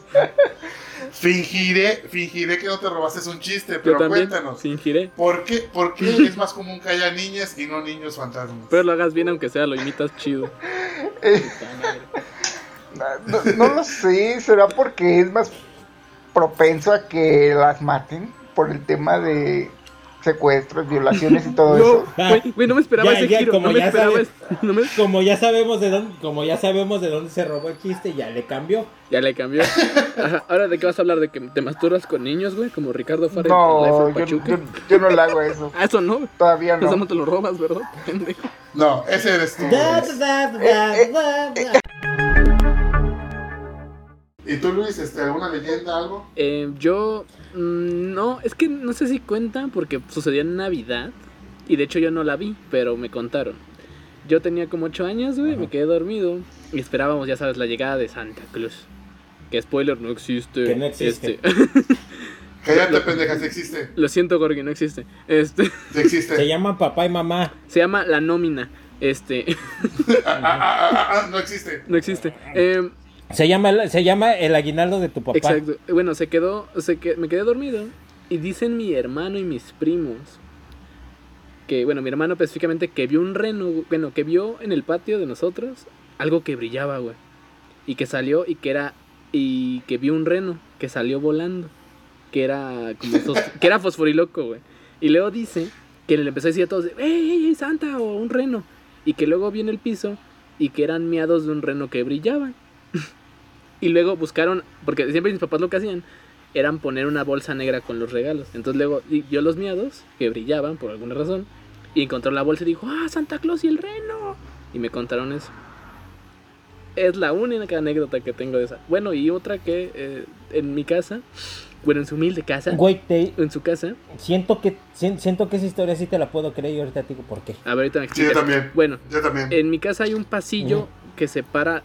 Speaker 1: Fingiré, fingiré que no te robaste un chiste, pero
Speaker 2: Yo también
Speaker 1: cuéntanos.
Speaker 2: sin giré.
Speaker 1: ¿Por qué, ¿Por qué es más común que haya niñas y no niños fantasmas?
Speaker 2: Pero lo hagas bien, aunque sea, lo imitas chido.
Speaker 4: eh, no, no lo sé, será porque es más propenso a que las maten por el tema de secuestros, violaciones y todo
Speaker 2: No,
Speaker 4: eso.
Speaker 2: güey, güey, no me esperaba
Speaker 3: Ya,
Speaker 2: ese
Speaker 3: ya,
Speaker 2: giro.
Speaker 3: como
Speaker 2: No me
Speaker 3: ya
Speaker 2: esperaba
Speaker 3: sabes.
Speaker 2: ese- no me-
Speaker 3: Como ya sabemos de dónde, como ya sabemos de dónde se robó el chiste, ya le cambió.
Speaker 2: Ya le cambió. Ajá, Ahora, ¿de qué vas a hablar? ¿De que te masturbas con niños, güey? Como Ricardo Farrell. en Life
Speaker 4: No,
Speaker 2: of
Speaker 4: yo,
Speaker 2: Pachuca.
Speaker 4: yo- yo no le hago eso.
Speaker 2: Ah, eso no. güey.
Speaker 4: Todavía
Speaker 2: Eso no
Speaker 4: no.
Speaker 2: te lo robas, ¿verdad? Pendejo.
Speaker 1: No, ese eres tú.
Speaker 3: Da,
Speaker 1: Luis.
Speaker 3: da, da, da, da.
Speaker 1: ¿Y tú, Luis, este, alguna leyenda, algo?
Speaker 2: Eh, yo. mm, no, es que no sé si cuenta porque sucedió en Navidad. Y de hecho yo no la vi, pero me contaron. Yo tenía como 8 años, güey, me quedé dormido. Y esperábamos, ya sabes, la llegada de Santa Claus. Que spoiler, no existe.
Speaker 3: Que no existe.
Speaker 2: Este,
Speaker 1: Cállate, pendeja, si existe.
Speaker 2: lo siento, Gorgi, no existe. Este,
Speaker 1: Si
Speaker 3: Se
Speaker 1: existe.
Speaker 3: llaman papá y mamá.
Speaker 2: se llama La Nómina. Este,
Speaker 1: Ah, ah, ah, ah, ah, no existe.
Speaker 2: no existe. Eh,
Speaker 3: Se llama, el- se llama el aguinaldo de tu papá.
Speaker 2: Exacto. Bueno, se quedó, se que, me quedé dormido y dicen mi hermano y mis primos que, bueno, mi hermano específicamente que vio un reno, güey, bueno, que vio en el patio de nosotros algo que brillaba, güey, y que salió y que era y que vio un reno que salió volando, que era como sos- que era fosforiloco, güey. Y luego dice que le empezó a decir a todos, ¡Ey, ey, ey, Santa o un reno! Y que luego viene el piso y que eran miados de un reno que brillaban. Y luego buscaron, porque siempre mis papás lo que hacían eran poner una bolsa negra con los regalos. Entonces luego y- vio los miados que brillaban por alguna razón y encontró la bolsa y dijo, ¡Ah, Santa Claus y el reno! Y me contaron eso. Es la única anécdota que tengo de esa. Bueno, y otra que eh, en mi casa, bueno, en su humilde casa,
Speaker 3: Güey, te-
Speaker 2: en su casa,
Speaker 3: siento que sien- siento que esa historia sí te la puedo creer y ahorita te digo por qué.
Speaker 2: a ver, ahorita me
Speaker 1: Sí, yo
Speaker 2: explicas.
Speaker 1: también.
Speaker 2: Bueno,
Speaker 1: Yo también.
Speaker 2: en mi casa hay un pasillo que separa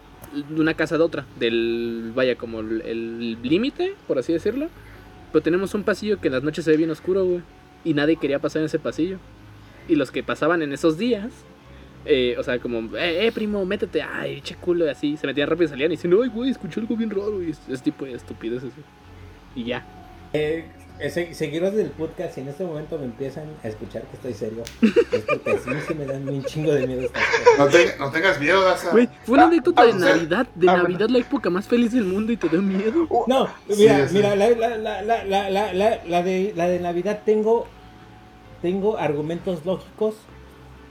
Speaker 2: de una casa de otra, del, vaya, como el el límite, por así decirlo. Pero tenemos un pasillo que en las noches se ve bien oscuro, güey. Y nadie quería pasar en ese pasillo. Y los que pasaban en esos días, eh, o sea, como, eh, eh, primo, métete, ay, che culo, y así. Se metían rápido y salían y dicen, ay, güey, escuché algo bien raro, y es, es tipo de estupidez eso. Y ya.
Speaker 3: Eh, se- seguidores del podcast, si en este momento me empiezan a escuchar que estoy serio, es porque así sí me dan un chingo de miedo estas cosas.
Speaker 1: No, te- no tengas miedo, Daza.
Speaker 2: Güey, fue una
Speaker 4: Ah,
Speaker 2: anécdota
Speaker 4: ah,
Speaker 2: de
Speaker 4: o sea,
Speaker 2: Navidad, de
Speaker 4: ah, bueno.
Speaker 2: Navidad la época más feliz del mundo y te da miedo.
Speaker 4: Uh,
Speaker 3: No,
Speaker 1: Sí,
Speaker 3: mira,
Speaker 1: sí.
Speaker 3: mira, la, la, la, la, la, la, la- la de, la de Navidad tengo, tengo argumentos lógicos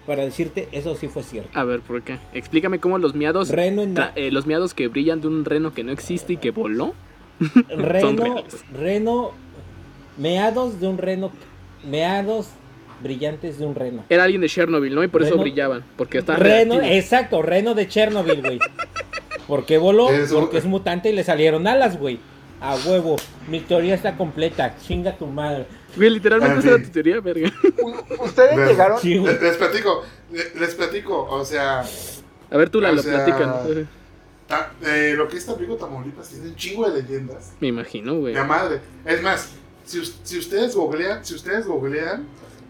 Speaker 3: para decirte eso sí fue cierto.
Speaker 2: A ver, ¿por qué? Explícame cómo los miados,
Speaker 3: Reno en,
Speaker 2: tra- eh, los miados que brillan de un reno que no existe y que voló. son
Speaker 3: Reno,
Speaker 2: reales.
Speaker 3: reno, meados de un reno, meados brillantes de un reno.
Speaker 2: Era alguien de Chernobyl, ¿no? Y por eso
Speaker 3: Reno-
Speaker 2: brillaban, porque estaba
Speaker 3: Reno,
Speaker 2: radioactivo.
Speaker 3: exacto, Reno de Chernobyl, güey. Porque voló,
Speaker 1: Es un-
Speaker 3: porque es mutante y le salieron alas, güey. A huevo, mi teoría está completa, chinga tu madre.
Speaker 2: Güey, literalmente
Speaker 1: En
Speaker 2: esa era
Speaker 1: fin.
Speaker 2: tu teoría, verga.
Speaker 4: u- ustedes
Speaker 1: Ver-
Speaker 4: llegaron.
Speaker 3: Sí, güey.
Speaker 1: Les, les platico, le- les platico, o sea,
Speaker 2: A ver, tú la
Speaker 1: O
Speaker 2: lo
Speaker 1: sea-
Speaker 2: platican.
Speaker 1: ta- eh, lo que es Tampico, Tamaulipas, tiene un chingo de leyendas.
Speaker 2: Me imagino, güey.
Speaker 1: La madre. Es más, si, us- si ustedes googlean, si ustedes googlean,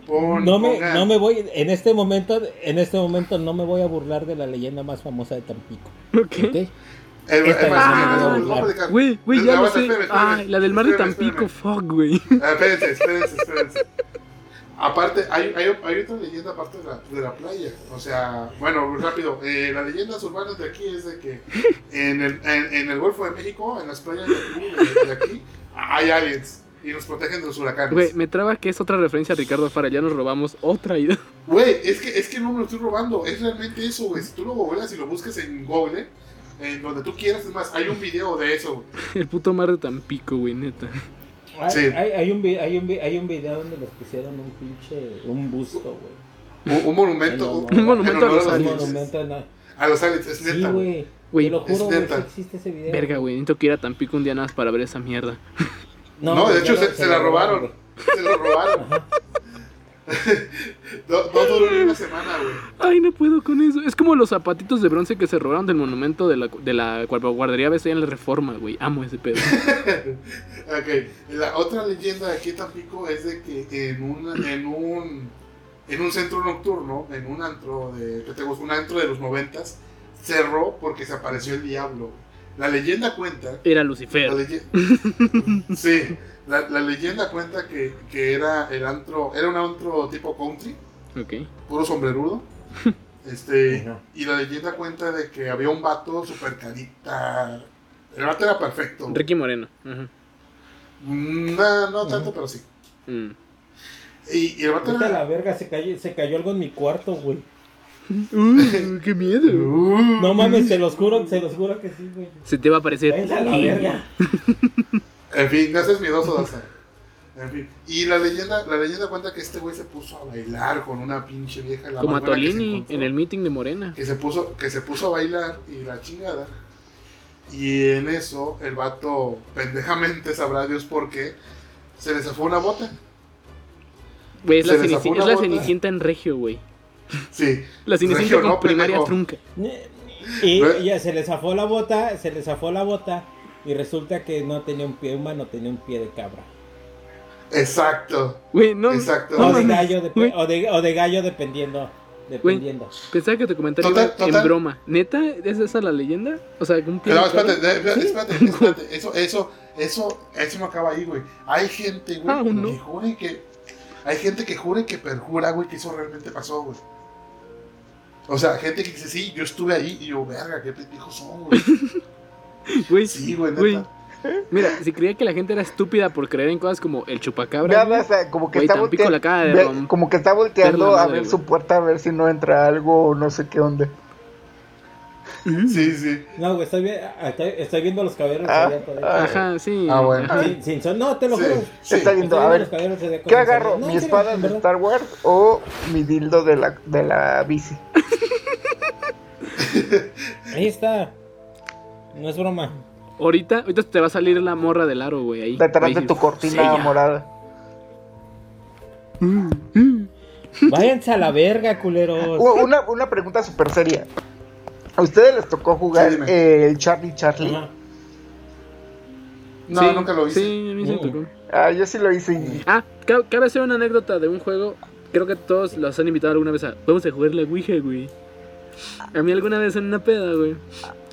Speaker 1: pon-
Speaker 3: No me,
Speaker 1: pongan-
Speaker 3: no me voy, en este momento, en este momento no me voy a burlar de la leyenda más famosa de Tampico.
Speaker 2: Ok.
Speaker 3: ¿ok?
Speaker 1: Eh, eh,
Speaker 3: Esta-
Speaker 1: más,
Speaker 2: Ah,
Speaker 1: no, no, no, no, platicar.
Speaker 2: Güey, güey,
Speaker 1: No,
Speaker 2: ya lo
Speaker 1: aguanta,
Speaker 2: sé.
Speaker 1: espérame, espérame,
Speaker 2: Ay, la del mar de
Speaker 1: espérame,
Speaker 2: Tampico,
Speaker 1: espérame.
Speaker 2: fuck, güey.
Speaker 1: Ah, Espérense, espérense, espérense. Aparte, hay, hay, hay otra leyenda aparte de la, de la playa. O sea, bueno, rápido. eh, las leyendas urbanas de aquí es de que en el, en, en el Golfo de México, en las playas de aquí, de- de aquí, hay aliens y nos protegen de los huracanes.
Speaker 2: Güey, me traba que es otra referencia a Ricardo Farah. Ya nos robamos otra idea.
Speaker 1: Güey, es que, es que no me lo estoy robando, es realmente eso, güey. Si tú lo googleas y lo buscas en Google, en donde tú quieras, es más, hay un video de eso. güey.
Speaker 2: El puto mar de Tampico, güey, neta.
Speaker 3: Hay,
Speaker 1: Sí.
Speaker 3: hay- hay un, vi- hay, un, vi- hay un video donde les pusieron un pinche, un busto, güey.
Speaker 1: Un, un monumento.
Speaker 3: Un
Speaker 1: en
Speaker 2: monumento a
Speaker 1: honor
Speaker 2: los
Speaker 3: Un
Speaker 2: aliens.
Speaker 3: monumento en la-
Speaker 1: A los aliens, es
Speaker 3: Sí,
Speaker 1: neta, güey.
Speaker 3: güey.
Speaker 2: Güey,
Speaker 3: Te lo
Speaker 1: es
Speaker 3: juro, güey, sí
Speaker 1: neta.
Speaker 3: existe ese video.
Speaker 2: Verga, güey, necesito que ir a Tampico un día nada más para ver esa mierda.
Speaker 1: No, de
Speaker 3: güey,
Speaker 1: hecho,
Speaker 3: ya lo-
Speaker 1: se, se la
Speaker 3: lo
Speaker 1: robaron. Se la robaron. no, no duró ni una semana, güey.
Speaker 2: Ay, no puedo con eso. Es como los zapatitos de bronce que se robaron del monumento de la, de la guar- guardería BC en la Reforma, güey. Amo ese pedo.
Speaker 1: Ok, la otra leyenda de aquí en Tampico es de que en un, en un, en un centro nocturno, en un antro de, ¿qué te gusta? Un antro de los noventas, cerró porque se apareció el diablo. La leyenda cuenta,
Speaker 2: Era
Speaker 1: la
Speaker 2: Lucifer.
Speaker 1: leye- sí, la, la leyenda cuenta que, que era el antro, era un antro tipo country,
Speaker 2: Ok.
Speaker 1: puro sombrerudo. Este,
Speaker 3: Ajá.
Speaker 1: y la leyenda cuenta de que había un vato super carita. El vato era perfecto. Mm,
Speaker 2: Ricky Moreno. Ajá.
Speaker 1: No, no tanto, pero sí.
Speaker 2: Mm.
Speaker 1: Y, y el vato
Speaker 3: Vete a la
Speaker 1: era.
Speaker 3: verga, se cayó, se cayó algo en mi cuarto, güey.
Speaker 2: Uh, qué miedo.
Speaker 1: Uh,
Speaker 3: No mames, se los juro, se los juro que sí, güey.
Speaker 2: Se te va a aparecer.
Speaker 3: Váyanse a la verga.
Speaker 1: En fin, no seas miedoso, Daza. En fin. Y la leyenda, la leyenda cuenta que este güey se puso a bailar con una pinche vieja. La
Speaker 2: Como
Speaker 1: más
Speaker 2: a
Speaker 1: buena que se
Speaker 2: Tolini
Speaker 1: encontró.
Speaker 2: en el meeting de Morena.
Speaker 1: que se puso que se puso a bailar y la chingada y en eso el vato pendejamente sabrá Dios por qué se le zafó una bota
Speaker 2: Güey, es, la
Speaker 1: Se les zafó
Speaker 2: cenici-
Speaker 1: una
Speaker 2: es la
Speaker 1: bota.
Speaker 2: cenicienta en regio, güey.
Speaker 1: sí
Speaker 2: La cenicienta
Speaker 1: Regio,
Speaker 2: con
Speaker 1: no,
Speaker 2: primaria
Speaker 1: pendejo.
Speaker 2: trunca.
Speaker 3: Y
Speaker 1: Güey.
Speaker 3: ya se les zafó la bota, se les zafó la bota. Y resulta que no tenía un pie humano, tenía un pie de cabra.
Speaker 1: exacto
Speaker 2: Güey, no.
Speaker 1: Exacto.
Speaker 2: no
Speaker 3: O de
Speaker 2: mames,
Speaker 3: gallo, de,
Speaker 2: güey.
Speaker 3: o de, o de gallo dependiendo. Dependiendo.
Speaker 2: Pensaba que tu comentario
Speaker 1: Total,
Speaker 2: era en
Speaker 1: total.
Speaker 2: broma. ¿Neta? ¿Es esa la leyenda? O sea, un pie
Speaker 1: no
Speaker 2: de
Speaker 1: espérate
Speaker 2: cabra?
Speaker 1: espérate, espérate, espérate. eso eso eso eso no acaba ahí güey hay gente güey
Speaker 2: Ah, no.
Speaker 1: que jure que hay gente que jure que perjura güey que eso realmente pasó güey o sea gente que dice sí yo estuve ahí y yo verga qué pendejos son güey
Speaker 2: Güey,
Speaker 1: sí güey neta.
Speaker 2: güey. Mira, si creía que la gente era estúpida por creer en cosas como el chupacabra.
Speaker 4: Vean,
Speaker 2: güey.
Speaker 4: o sea, como que
Speaker 2: Güey,
Speaker 4: está
Speaker 2: Tampico la acaba de
Speaker 4: volteando,
Speaker 2: rom-
Speaker 4: como que está
Speaker 2: Ver
Speaker 4: volteando
Speaker 2: la
Speaker 4: a
Speaker 2: madre,
Speaker 4: ver
Speaker 2: güey.
Speaker 4: su puerta a ver si no entra algo o no sé qué onda.
Speaker 1: sí sí
Speaker 3: No, güey, estoy, vi- estoy, estoy viendo los caballeros
Speaker 4: Ah,
Speaker 3: del Zodiaco.
Speaker 4: ah.
Speaker 2: Ajá, sí.
Speaker 1: Ah, bueno.
Speaker 2: Ajá.
Speaker 3: Sin, sin son- no, te lo
Speaker 1: Sí,
Speaker 3: juro.
Speaker 1: sí.
Speaker 3: Estoy
Speaker 4: Está viendo, a ver,
Speaker 3: los caballeros del Zodiaco
Speaker 4: ¿Qué
Speaker 3: sin
Speaker 4: agarro?
Speaker 3: saber. No,
Speaker 4: ¿Mi
Speaker 3: en serio,
Speaker 4: espada
Speaker 3: en
Speaker 4: de
Speaker 3: verdad.
Speaker 4: Star Wars o mi dildo de la, de la bici?
Speaker 3: Ahí está. No es broma.
Speaker 2: Ahorita, ahorita te va a salir la morra del aro, güey. Ahí.
Speaker 4: Detrás
Speaker 2: Ahí
Speaker 4: de
Speaker 2: dices,
Speaker 4: tu cortina
Speaker 2: "Sí, ya".
Speaker 4: morada.
Speaker 3: Váyanse a la verga, culeros.
Speaker 4: U- Una, una pregunta súper seria. ¿A ustedes les tocó jugar
Speaker 1: Sí, dime.
Speaker 4: eh, el Charlie Charlie?
Speaker 3: Ajá.
Speaker 1: No,
Speaker 2: Sí,
Speaker 1: nunca lo hice. Mm.
Speaker 2: Sí, a mí sí me tocó.
Speaker 4: Ah, yo sí lo hice y
Speaker 2: Ah, ca- cabe hacer una anécdota de un juego. Creo que todos los han invitado alguna vez a. Vamos a jugar la Ouija, güey. A mí alguna vez en una peda, güey.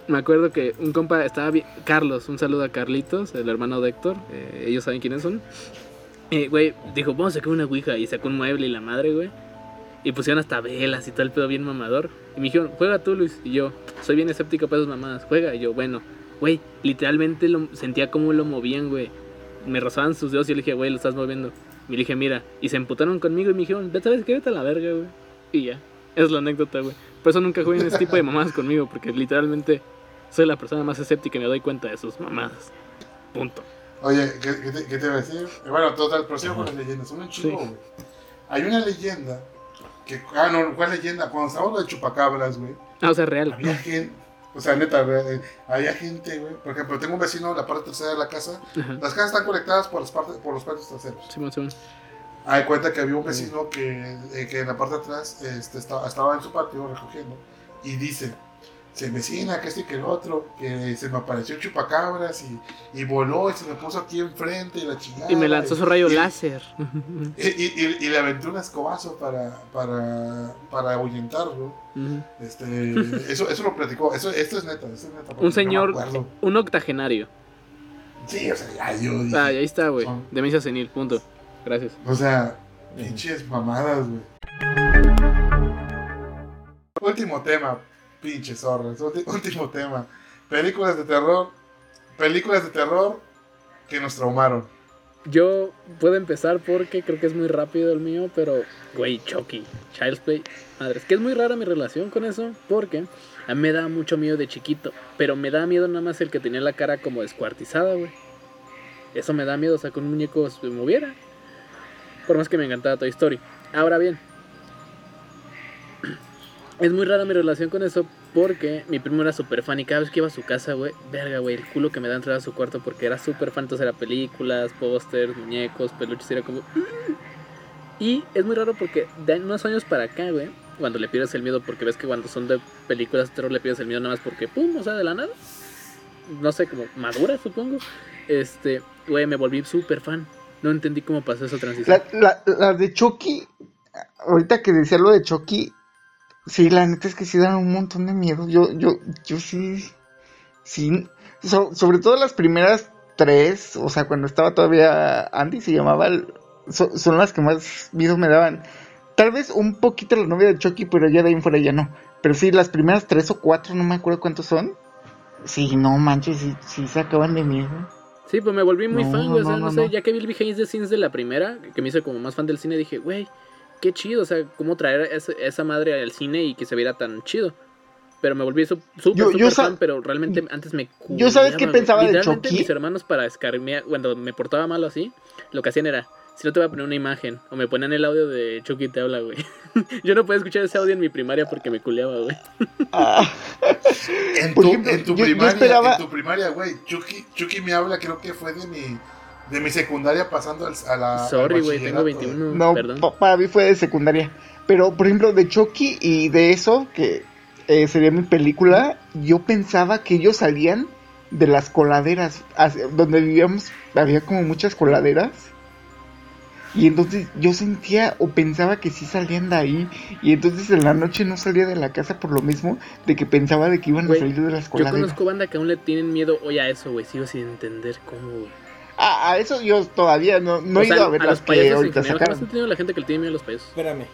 Speaker 2: Me acuerdo que un compa estaba. bien- Carlos, un saludo a Carlitos, el hermano de Héctor. eh, ellos saben quiénes son. Eh, güey, dijo, vamos a sacar una Ouija. Y sacó un mueble y la madre, güey. Y pusieron hasta velas y todo el pedo bien mamador. Y me dijeron, juega tú, Luis. Y yo, soy bien escéptico para esas mamadas. Juega. Y yo, bueno, güey, literalmente lo, sentía cómo lo movían, güey. Me rozaban sus dedos y yo le dije, güey, lo estás moviendo. Y le dije, mira. Y se emputaron conmigo y me dijeron, vete, ¿sabes qué? Vete a la verga, güey. Y ya. Es la anécdota, güey. Por eso nunca jueguen ese tipo de mamadas conmigo, porque literalmente soy la persona más escéptica y me doy cuenta de sus mamadas. Punto.
Speaker 1: Oye, ¿qué, qué te, qué te iba a decir? Eh, Bueno, total, prosigo con las leyendas. Son un chingo,
Speaker 2: Sí.
Speaker 1: güey. Hay una leyenda que. Ah, no, ¿cuál leyenda? Cuando estábamos lo de chupacabras, güey.
Speaker 2: Ah, o sea, real.
Speaker 1: Había gente. O sea, neta, güey, eh, había gente, güey. Por ejemplo, tengo un vecino en la parte tercera de la casa.
Speaker 2: Ajá.
Speaker 1: Las casas están conectadas por, las partes, por los patios traseros.
Speaker 2: Simón, Simón.
Speaker 1: Hay cuenta que había un vecino que, eh, que en la parte de atrás este, estaba, estaba en su patio recogiendo y dice, se vecina, que este y que el otro, que se me apareció chupacabras y, y voló y se me puso aquí enfrente y la chingada.
Speaker 2: Y me lanzó su rayo láser.
Speaker 1: Y, y- y- y le aventé un escobazo para, para, para ahuyentarlo.
Speaker 2: Ujú.
Speaker 1: Este, eso, eso lo platicó, eso, esto es neta, esto es neta. porque no
Speaker 2: Un
Speaker 1: me
Speaker 2: señor,
Speaker 1: acuerdo.
Speaker 2: un octogenario.
Speaker 1: sí, o sea, ya yo dije,
Speaker 2: Ah, y ahí está, güey.
Speaker 1: Son.
Speaker 2: Demencia senil, punto. Gracias.
Speaker 1: O sea, pinches mamadas, güey. Último tema, pinches zorras. ulti- Último tema. Películas de terror. Películas de terror que nos traumaron.
Speaker 2: Yo puedo empezar porque creo que es muy rápido el mío, pero, güey, Chucky, Child's Play. Madre, es que es muy rara mi relación con eso porque a mí me da mucho miedo de chiquito, pero me da miedo nada más el que tenía la cara como descuartizada, güey. Eso me da miedo, o sea, que un muñeco se moviera. Por más que me encantaba Toy Story. Ahora bien, es muy rara mi relación con eso porque mi primo era súper fan y cada vez que iba a su casa, güey, verga, güey, el culo que me da entrar a su cuarto porque era súper fan, entonces era películas, pósters, muñecos, peluches, era como... "Mm". Y es muy raro porque de unos años para acá, güey, cuando le pierdes el miedo, porque ves que cuando son de películas de terror le pierdes el miedo nada más porque, pum, o sea, de la nada. No sé, como madura, supongo. Este, güey, me volví súper fan. No entendí cómo pasó esa transición.
Speaker 4: la, la, la de Chucky, ahorita que decía lo de Chucky, sí, la neta es que sí dan un montón de miedo. Yo, yo, yo sí, sí, so- sobre todo las primeras tres, o sea, cuando estaba todavía Andy se llamaba, el- so- son las que más miedo me daban. Tal vez un poquito la novia de Chucky, pero ya de ahí en fuera ya no. Pero sí, las primeras tres o cuatro, no me acuerdo cuántos son. Sí, no manches, sí, sí se acaban de miedo.
Speaker 2: Sí, pues me volví muy
Speaker 4: No,
Speaker 2: fan, güey. O sea,
Speaker 4: no,
Speaker 2: no,
Speaker 4: no,
Speaker 2: sé,
Speaker 4: no.
Speaker 2: ya que vi el behind the scenes de la primera, que me hizo como más fan del cine, dije, güey, qué chido. O sea, cómo traer esa, esa madre al cine y que se viera tan chido. Pero me volví su- súper,
Speaker 4: Yo-
Speaker 2: súper
Speaker 4: yo sa- Mm.
Speaker 2: fan, pero realmente antes me
Speaker 4: yo sabes qué
Speaker 2: culeaba, güey.
Speaker 4: pensaba de
Speaker 2: Literalmente
Speaker 4: Chucky.
Speaker 2: mis hermanos para escarmear, cuando me portaba malo así, lo que hacían era, si no te voy a poner una imagen, o me ponían el audio de Chucky te habla, güey. yo no podía escuchar ese audio en mi primaria porque me culeaba, güey.
Speaker 4: Ah.
Speaker 1: En tu,
Speaker 4: Por ejemplo,
Speaker 1: en tu
Speaker 4: yo- yo
Speaker 1: primaria,
Speaker 4: esperaba-
Speaker 1: en tu primaria, güey. Chucky, Chucky me habla, creo que fue de mi, de mi secundaria pasando al- a
Speaker 4: Ah,
Speaker 1: la. al
Speaker 2: Sorry,
Speaker 4: pues
Speaker 2: güey, tengo
Speaker 1: bachillerato,
Speaker 2: 21,
Speaker 4: No,
Speaker 2: perdón.
Speaker 4: pa- para mí fue de secundaria. Pero, por ejemplo, de Chucky y de eso, que eh, sería mi película, yo pensaba que ellos salían de las coladeras. hacia- donde vivíamos había como muchas coladeras. Y entonces yo sentía o pensaba que sí salían de ahí. Y entonces en la noche no salía de la casa por lo mismo de que pensaba de que iban
Speaker 2: Güey,
Speaker 4: a salir de las
Speaker 2: Yo
Speaker 4: coladeras.
Speaker 2: conozco banda que aún le tienen miedo hoy a eso, güey. Sigo sin entender cómo, güey.
Speaker 4: Ah, A, a eso yo todavía no, no
Speaker 2: O
Speaker 4: he
Speaker 2: sea,
Speaker 4: ido a ver
Speaker 2: los
Speaker 4: las que
Speaker 2: payasos en
Speaker 4: ahorita
Speaker 2: general. ¿Cómo
Speaker 4: sacaron.
Speaker 2: has tenido la gente que le tiene miedo a los payasos?
Speaker 3: Espérame.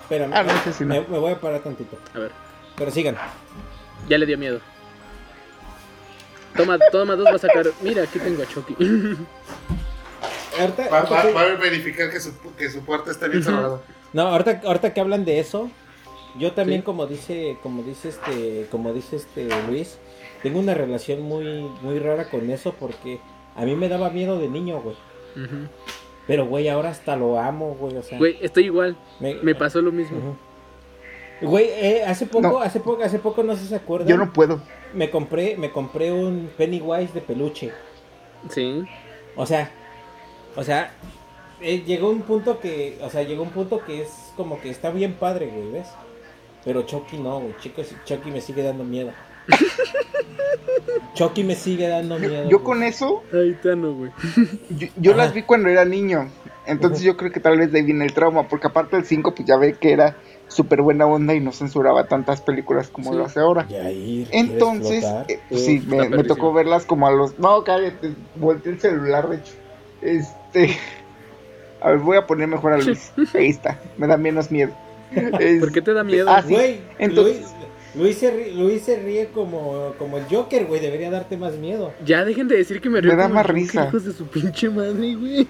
Speaker 3: Espérame.
Speaker 4: Ah, no, ese sí no.
Speaker 3: me, me voy a parar tantito.
Speaker 2: A ver,
Speaker 3: Pero sigan.
Speaker 2: ya le dio miedo. Toma, toma dos, va a sacar. Mira, aquí tengo a Chucky.
Speaker 3: Ahorita,
Speaker 1: Va,
Speaker 3: ahorita
Speaker 1: va-
Speaker 3: que-
Speaker 1: va a verificar que su, que su puerta está bien
Speaker 2: Ujú.
Speaker 1: cerrada.
Speaker 3: No, ahorita, ahorita que hablan de eso, yo también
Speaker 2: Sí.
Speaker 3: como dice, como dice este, como dice este Luis, tengo una relación muy, muy rara con eso porque a mí me daba miedo de niño, güey.
Speaker 2: Ujú.
Speaker 3: Pero güey, ahora hasta lo amo, güey. O sea,
Speaker 2: Güey, estoy igual.
Speaker 3: me,
Speaker 2: Me pasó lo mismo.
Speaker 3: Ujú. Güey, eh, hace poco,
Speaker 4: No.
Speaker 3: hace poco, hace poco no sé si se acuerdan.
Speaker 4: Yo no puedo.
Speaker 3: Me compré, me compré un Pennywise de peluche.
Speaker 2: Sí.
Speaker 3: O sea, o sea, eh, llegó un punto que, o sea, llegó un punto que es como que está bien padre, güey, ¿ves? Pero Chucky no, güey, chicos, Chucky me sigue dando miedo. Chucky me sigue dando miedo.
Speaker 4: Yo
Speaker 3: güey.
Speaker 4: con eso,
Speaker 2: Ay, Tano, güey.
Speaker 4: yo, yo
Speaker 3: Ajá.
Speaker 4: las vi cuando era niño. Entonces yo creo que tal vez de ahí viene el trauma, porque aparte del 5, pues ya ve que era súper buena onda y no censuraba tantas películas como
Speaker 2: Sí.
Speaker 4: lo hace ahora.
Speaker 3: Yair, ¿quieres
Speaker 4: Entonces,
Speaker 3: flotar?
Speaker 4: eh, pues sí,
Speaker 2: Uf,
Speaker 4: me,
Speaker 2: está
Speaker 4: me tocó
Speaker 2: perrísimo.
Speaker 4: verlas como a los... No, cállate, volteé el celular, de hecho. Este... A ver, voy a poner mejor a Luis. Ahí está, me da menos miedo.
Speaker 2: ¿Por qué te da miedo?
Speaker 4: Ah, sí.
Speaker 3: Güey,
Speaker 4: entonces-
Speaker 3: Luis, Luis se ríe, Luis se ríe como, como el Joker, güey. Debería darte más miedo.
Speaker 2: Ya dejen de decir que me
Speaker 4: Me
Speaker 2: río.
Speaker 4: da
Speaker 2: como
Speaker 4: más
Speaker 2: Joker,
Speaker 4: risa.
Speaker 2: Hijos de su pinche madre, güey.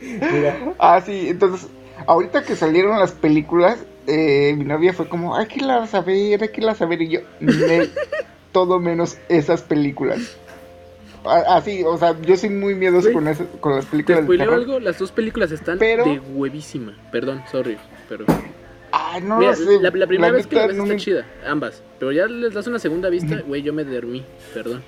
Speaker 3: Mira,
Speaker 4: Ah, sí, entonces, ahorita que salieron las películas, eh, mi novia fue como, hay que las a ver, hay que las a ver, y yo, "Ne, todo menos esas películas. A- Así, o sea, yo soy muy miedoso
Speaker 2: Güey,
Speaker 4: con, esas- con las
Speaker 2: Te
Speaker 4: películas de
Speaker 2: spoileo
Speaker 4: terror.
Speaker 2: algo, las dos películas están
Speaker 4: Pero-
Speaker 2: de huevísima. Perdón, sorry, pero...
Speaker 4: Ah, no
Speaker 2: Mira,
Speaker 4: lo sé.
Speaker 2: la, la primera vez que la
Speaker 4: neta
Speaker 2: ves
Speaker 4: no
Speaker 2: está
Speaker 4: me-
Speaker 2: chida, ambas. Pero ya les das una segunda vista, güey, yo me dormí, perdón.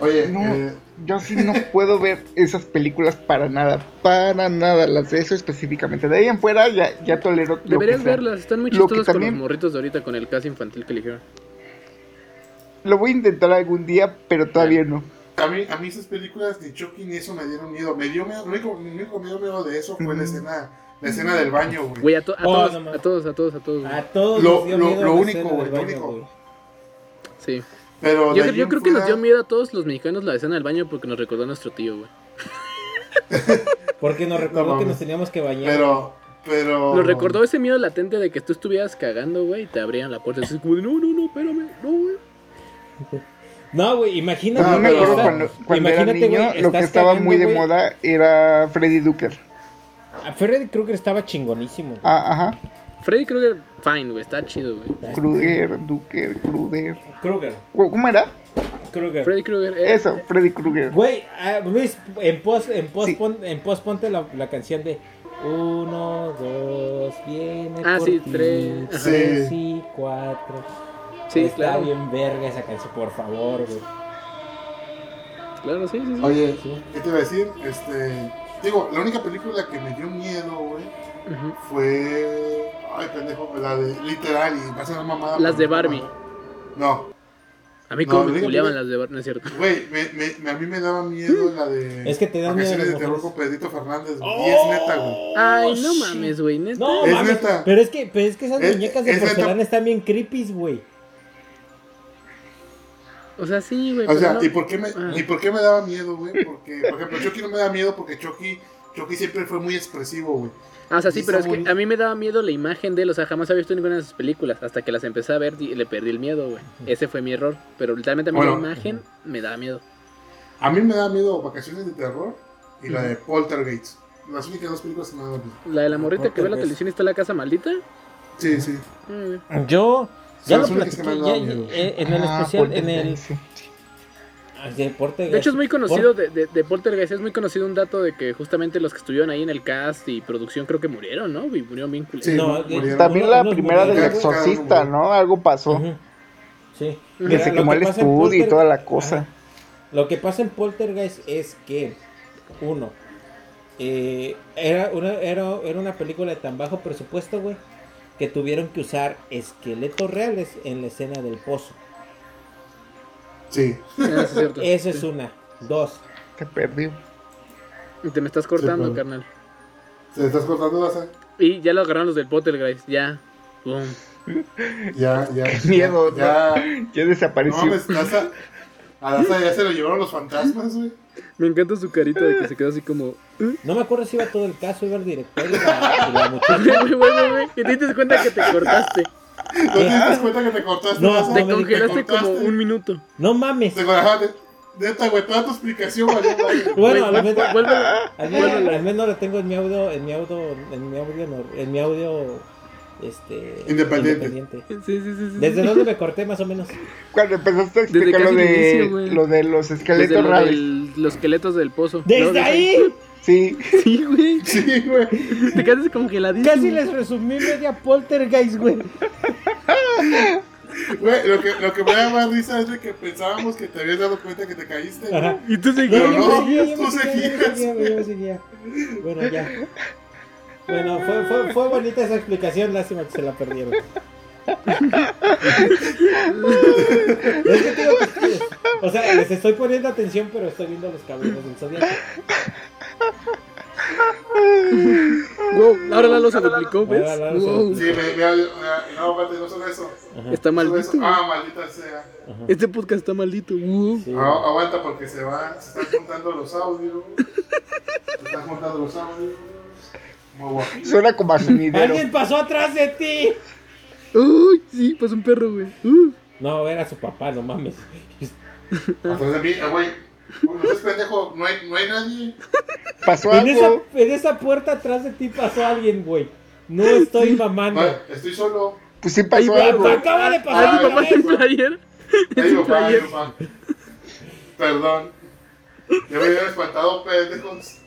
Speaker 1: Oye, eh,
Speaker 4: No, yo sí no puedo ver esas películas para nada, para nada, las de eso específicamente. De ahí en fuera ya, ya tolero. lo que
Speaker 2: Deberías
Speaker 4: sea.
Speaker 2: verlas, están muy
Speaker 4: Lo que
Speaker 2: chistosas con
Speaker 4: también-
Speaker 2: los morritos de ahorita con el caso infantil que eligieron.
Speaker 4: Lo voy a intentar algún día, pero todavía no.
Speaker 1: a, mí, a mí esas películas de Chucky ni eso me dieron miedo. Me dio miedo, lo único, lo único que me dio miedo de eso fue la escena, la escena del baño, güey.
Speaker 2: Güey, a, to- a
Speaker 3: Oh,
Speaker 2: todos,
Speaker 3: no mames. Ah.
Speaker 2: a todos, a todos, a todos, güey.
Speaker 3: a todos
Speaker 1: Lo-
Speaker 3: nos dio
Speaker 1: lo-
Speaker 3: miedo
Speaker 1: lo
Speaker 3: la
Speaker 1: único,
Speaker 3: escena
Speaker 1: güey,
Speaker 3: del
Speaker 1: lo
Speaker 3: baño,
Speaker 1: único.
Speaker 3: güey.
Speaker 2: Sí.
Speaker 1: Pero
Speaker 2: Yo,
Speaker 1: de
Speaker 2: cre-
Speaker 1: ahí
Speaker 2: yo
Speaker 1: en
Speaker 2: creo que nos
Speaker 1: fuera-
Speaker 2: dio miedo a todos los mexicanos la escena del baño porque nos recordó a nuestro tío, güey.
Speaker 3: Porque nos recordó
Speaker 1: No
Speaker 3: que
Speaker 1: mames.
Speaker 3: nos teníamos que bañar.
Speaker 1: Pero, pero.
Speaker 2: Nos recordó ese miedo latente de que tú estuvieras cagando, güey, y te abrían la puerta. Y dices, como de, no, no, no, espérame, no, güey.
Speaker 3: No, güey, imagínate.
Speaker 1: No,
Speaker 4: Yo me
Speaker 1: pero-
Speaker 4: acuerdo
Speaker 3: está-
Speaker 4: Ah, cuando, cuando era
Speaker 3: imagínate,
Speaker 4: niño,
Speaker 3: güey,
Speaker 4: lo que
Speaker 3: estás
Speaker 4: estaba
Speaker 3: cagando,
Speaker 4: muy de
Speaker 3: güey.
Speaker 4: moda era Freddy Duker.
Speaker 3: A Freddy Krueger estaba chingonísimo. güey.
Speaker 4: Ah, ajá.
Speaker 2: Freddy Krueger, fine, güey, está chido, güey.
Speaker 4: Kruger, Duker, Kruger.
Speaker 3: Krueger,
Speaker 4: Wow, ¿Cómo era?
Speaker 3: Krueger.
Speaker 2: Freddy Krueger, eh,
Speaker 4: Eso, Freddy Krueger.
Speaker 3: Güey, ah, Luis, en post, en post,
Speaker 4: Sí.
Speaker 3: pon- en post ponte la, la canción de uno, dos, viene
Speaker 2: Ah,
Speaker 3: por
Speaker 2: sí,
Speaker 3: ti,
Speaker 2: tres,
Speaker 1: ajá.
Speaker 3: tres
Speaker 1: Sí.
Speaker 3: y cuatro.
Speaker 2: sí,
Speaker 3: Está
Speaker 2: claro.
Speaker 3: bien verga esa canción, por favor, güey.
Speaker 2: Claro, sí, sí, sí.
Speaker 1: Oye,
Speaker 3: Sí.
Speaker 1: ¿qué te iba a decir? Este. Digo, la única película que me dio miedo, güey,
Speaker 2: Ujú.
Speaker 1: fue. Ay, pendejo, la de. Literal, y va a ser una mamada.
Speaker 2: Las de
Speaker 1: pero-
Speaker 2: Barbie.
Speaker 1: No,
Speaker 2: A mí
Speaker 1: No,
Speaker 2: como me
Speaker 1: dígame,
Speaker 2: culeaban
Speaker 1: dígame.
Speaker 2: las de Bar, no es cierto.
Speaker 1: güey, me, me- me- a mí me daba miedo la de.
Speaker 3: Mm. Es que te dan miedo
Speaker 1: Vacaciones
Speaker 3: las
Speaker 1: de terror con
Speaker 3: mujeres.
Speaker 1: Pedrito Fernández, güey. Y es neta, güey.
Speaker 2: Ay, no
Speaker 3: shit.
Speaker 2: mames, güey, neta.
Speaker 3: No,
Speaker 1: Es
Speaker 3: mames,
Speaker 1: neta.
Speaker 3: pero es que, pero es que esas
Speaker 1: Es-
Speaker 3: muñecas de
Speaker 1: es neta.
Speaker 3: porcelana están bien creepy, güey.
Speaker 2: O sea, sí, güey.
Speaker 1: O sea,
Speaker 2: pero no.
Speaker 1: ¿y por qué me,
Speaker 2: Ah.
Speaker 1: ¿y por qué me daba miedo, güey? Porque, por ejemplo, Chucky no me da miedo porque Chucky, Chucky siempre fue muy expresivo, güey.
Speaker 2: Ah, o sea, sí,
Speaker 1: Está
Speaker 2: pero es que
Speaker 1: bonito.
Speaker 2: a mí me daba miedo la imagen de él. O sea, jamás había visto ninguna de sus películas. Hasta que las empecé a ver y le perdí el miedo, güey. Ese fue mi error. Pero literalmente a mí la
Speaker 1: Bueno.
Speaker 2: imagen me daba miedo.
Speaker 1: A mí me da miedo Vacaciones de Terror y la de Poltergeist. Las únicas dos películas que me dan miedo.
Speaker 2: La de la morrita que ve la televisión y está en la casa maldita.
Speaker 1: Sí, sí.
Speaker 2: Mm, güey.
Speaker 3: Yo,
Speaker 1: Son
Speaker 3: ya lo
Speaker 1: las únicas que
Speaker 3: platiqué,
Speaker 1: me han dado
Speaker 3: ya-
Speaker 1: miedo.
Speaker 3: eh, en el
Speaker 4: Ah,
Speaker 3: especial, en el...
Speaker 4: Poltergeist.
Speaker 3: Ah, sí, Poltergeist.
Speaker 2: De hecho, es muy conocido de, de, de Poltergeist. Es muy conocido un dato de que justamente los que estuvieron ahí en el cast y producción creo que murieron, ¿no? Y murieron bien culeros.
Speaker 1: Sí,
Speaker 3: No,
Speaker 1: no,
Speaker 3: de-
Speaker 1: murieron.
Speaker 4: También la
Speaker 3: Unos
Speaker 4: primera del
Speaker 1: muñecos.
Speaker 4: exorcista, ¿no? Algo pasó.
Speaker 3: Ujú. Sí.
Speaker 2: Que
Speaker 4: Que
Speaker 3: Mira,
Speaker 4: se
Speaker 3: lo
Speaker 4: quemó el
Speaker 3: pasa en
Speaker 4: estudio y
Speaker 3: Polter-
Speaker 4: toda la cosa.
Speaker 3: Ajá. Lo que pasa en Poltergeist es que, uno, eh, era, una, era, era una película de tan bajo presupuesto, güey, que tuvieron que usar esqueletos reales en la escena del pozo.
Speaker 1: Sí.
Speaker 2: Ah, sí, es cierto.
Speaker 3: Esa es una. Dos,
Speaker 4: Te perdió.
Speaker 2: Y Te me estás cortando,
Speaker 1: Sí, pero-
Speaker 2: carnal.
Speaker 1: ¿Te estás cortando, Daza?
Speaker 2: Y ya lo agarraron los del Poltergeist. Ya. Boom.
Speaker 1: Ya, ya.
Speaker 4: Qué miedo,
Speaker 1: Ya.
Speaker 4: Ya
Speaker 1: No
Speaker 4: desapareció.
Speaker 2: pues,
Speaker 1: mames, Daza. A Daza ya se lo llevaron los fantasmas, güey.
Speaker 2: Me encanta su carita de que se quedó así como. "¿Eh?".
Speaker 3: No me acuerdo si iba todo el caso, iba el director y la, y la muchacha.
Speaker 2: Güey, güey, güey, güey. Y te diste cuenta que te cortaste.
Speaker 1: ¿No te das cuenta que te cortaste,
Speaker 3: No,
Speaker 1: Daza?
Speaker 3: te
Speaker 2: Te congelaste
Speaker 1: cortaste.
Speaker 2: como un minuto.
Speaker 3: No mames.
Speaker 1: Te congelaste. Neta, güey, toda tu explicación valió madre.
Speaker 3: Bueno, al
Speaker 2: Güey,
Speaker 3: menos,
Speaker 2: vu- vuelve-
Speaker 3: al menos, al menos lo tengo en mi audio, en mi audio, en mi audio, nor- en mi audio, este,
Speaker 1: Independiente.
Speaker 2: Sí, sí, sí, sí.
Speaker 3: ¿Desde
Speaker 2: sí.
Speaker 3: dónde me corté más o menos?
Speaker 4: Cuando empezaste a
Speaker 2: Desde
Speaker 4: explicar lo
Speaker 2: casi el
Speaker 4: de,
Speaker 2: inicio, güey.
Speaker 4: lo de los
Speaker 2: Desde
Speaker 4: esqueletos
Speaker 2: lo
Speaker 4: reales.
Speaker 2: del- los esqueletos del pozo. No,
Speaker 3: ¡Desde ahí!
Speaker 4: Sí.
Speaker 2: Sí, güey.
Speaker 1: Sí, güey.
Speaker 2: Te quedas congeladísimo.
Speaker 3: Casi les resumí media poltergeist, güey.
Speaker 1: Güey, lo que, lo que me da más risa es de que pensábamos que te habías dado cuenta que te caíste, güey.
Speaker 3: Ajá.
Speaker 2: Y tú
Speaker 3: No,
Speaker 1: Pero
Speaker 2: seguías.
Speaker 3: yo
Speaker 1: no,
Speaker 3: me seguía, yo me
Speaker 1: tú
Speaker 3: seguía, yo me
Speaker 1: seguías.
Speaker 3: seguía, güey, yo me seguía. Bueno, ya. Bueno, fue, fue, fue bonita esa explicación, lástima que se la perdieron. Es que tengo que- O sea, les estoy poniendo atención, pero estoy viendo los cabellos del zodiaco.
Speaker 2: Wow, ahora Lalo se duplicó,
Speaker 3: Ahora
Speaker 2: ¿ves?
Speaker 3: Lalo se
Speaker 2: Wow.
Speaker 1: Sí, me, me, me- no, espérate, no son eso.
Speaker 3: Ajá.
Speaker 2: Está
Speaker 1: Son
Speaker 2: maldito.
Speaker 1: eso. Ah, maldita sea.
Speaker 3: Ajá.
Speaker 2: Este podcast está maldito. Wow.
Speaker 3: Sí.
Speaker 1: Ah, aguanta porque se va, se están juntando los audios. Se están juntando los audios. Muy guapito.
Speaker 4: Suena como a sonidero.
Speaker 3: ¡Alguien pasó atrás de ti!
Speaker 2: Uy, sí, pasó un perro, güey. Uh.
Speaker 3: No, era su papá, no mames.
Speaker 1: Atrás de mí, eh, güey. Uy, No seas pendejo, no hay, no hay nadie.
Speaker 4: Pasó
Speaker 3: En esa,
Speaker 4: algo.
Speaker 3: en esa puerta atrás de ti pasó alguien, güey. No estoy mamando.
Speaker 1: No, estoy solo.
Speaker 4: Pues sí
Speaker 2: Ahí
Speaker 4: pasó
Speaker 2: va,
Speaker 4: algo.
Speaker 3: Te acaba de
Speaker 2: Ah,
Speaker 3: pasar.
Speaker 2: mi papá
Speaker 3: otra
Speaker 2: es el
Speaker 3: vez.
Speaker 2: player.
Speaker 1: Ahí lo va, ahí
Speaker 2: Ayer.
Speaker 1: lo va. Perdón. Yo me había espantado, pendejos.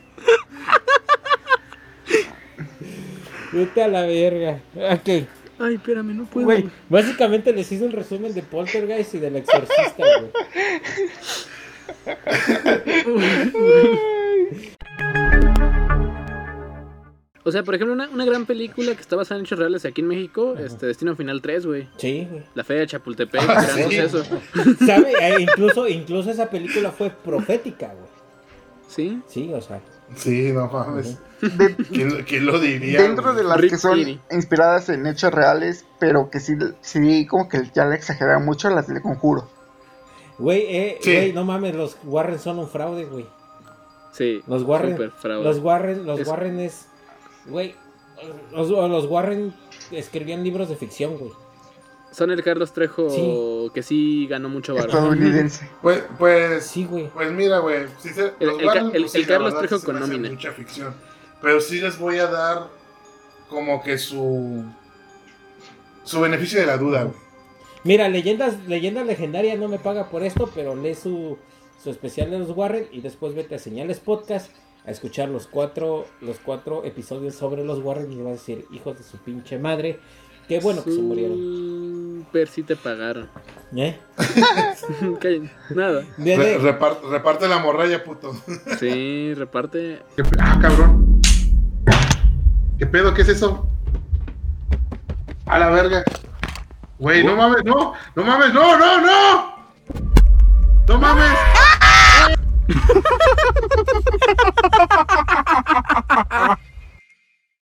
Speaker 3: Vete a la verga. Ok.
Speaker 2: Ay, espérame, no puedo.
Speaker 3: Güey, básicamente les hice un resumen de Poltergeist y del exorcista, güey.
Speaker 2: O sea, por ejemplo, una, una gran película que está basada en hechos reales aquí en México, este Destino Final 3, güey.
Speaker 3: Sí, güey.
Speaker 2: La Feria de Chapultepec,
Speaker 1: Ah,
Speaker 2: gran
Speaker 1: ¿sí?
Speaker 2: suceso.
Speaker 3: ¿Sabe? Eh, incluso, incluso esa película fue profética, güey.
Speaker 2: ¿Sí?
Speaker 3: Sí, o sea.
Speaker 1: Sí, no mames.
Speaker 4: De-
Speaker 1: ¿Quién, lo- quién lo diría?
Speaker 4: dentro de
Speaker 1: güey?
Speaker 4: las
Speaker 2: Rip
Speaker 4: que son
Speaker 2: City.
Speaker 4: inspiradas en hechos reales, pero que sí, sí como que ya le exageran mucho, las del conjuro.
Speaker 3: Güey, eh,
Speaker 1: Sí.
Speaker 3: güey, no mames, los Warren son un fraude, güey.
Speaker 2: Sí.
Speaker 3: Los Warren.
Speaker 2: Super fraude.
Speaker 3: Los Warren, los
Speaker 2: Es-
Speaker 3: Warren es. Güey. Los, los Warren escribían libros de ficción, güey.
Speaker 2: Son el Carlos Trejo
Speaker 3: Sí.
Speaker 2: que sí ganó mucho barro.
Speaker 4: Estadounidense.
Speaker 1: Pues, pues,
Speaker 3: Sí, güey.
Speaker 1: pues mira, güey. sí se-
Speaker 2: El-
Speaker 1: los
Speaker 2: el Ca-
Speaker 1: Warren,
Speaker 2: el-
Speaker 1: pues, sí,
Speaker 2: el
Speaker 1: la
Speaker 2: Carlos
Speaker 1: verdad,
Speaker 2: Trejo
Speaker 1: sí se me
Speaker 2: con
Speaker 1: hace
Speaker 2: nómina.
Speaker 1: Mucha ficción. Pero sí les voy a dar como que su. Su beneficio de la duda, güey.
Speaker 3: Mira, leyendas, leyendas legendarias no me paga por esto, pero lee su, su especial de los Warren y después vete a Señales Podcast a escuchar los cuatro, los cuatro episodios sobre los Warren y vas a decir, hijos de su pinche madre, qué bueno que se murieron.
Speaker 2: Super sí te pagaron.
Speaker 3: ¿Eh?
Speaker 2: Cállense. Nada.
Speaker 3: Ve
Speaker 1: Re-
Speaker 3: de-
Speaker 1: repar- reparte la morralla, puto.
Speaker 2: Sí, reparte.
Speaker 1: ¿Qué pe- ah, cabrón. ¿Qué pedo? ¿Qué es eso? A la verga. Güey, no mames, no. No mames, no, no, no. No mames.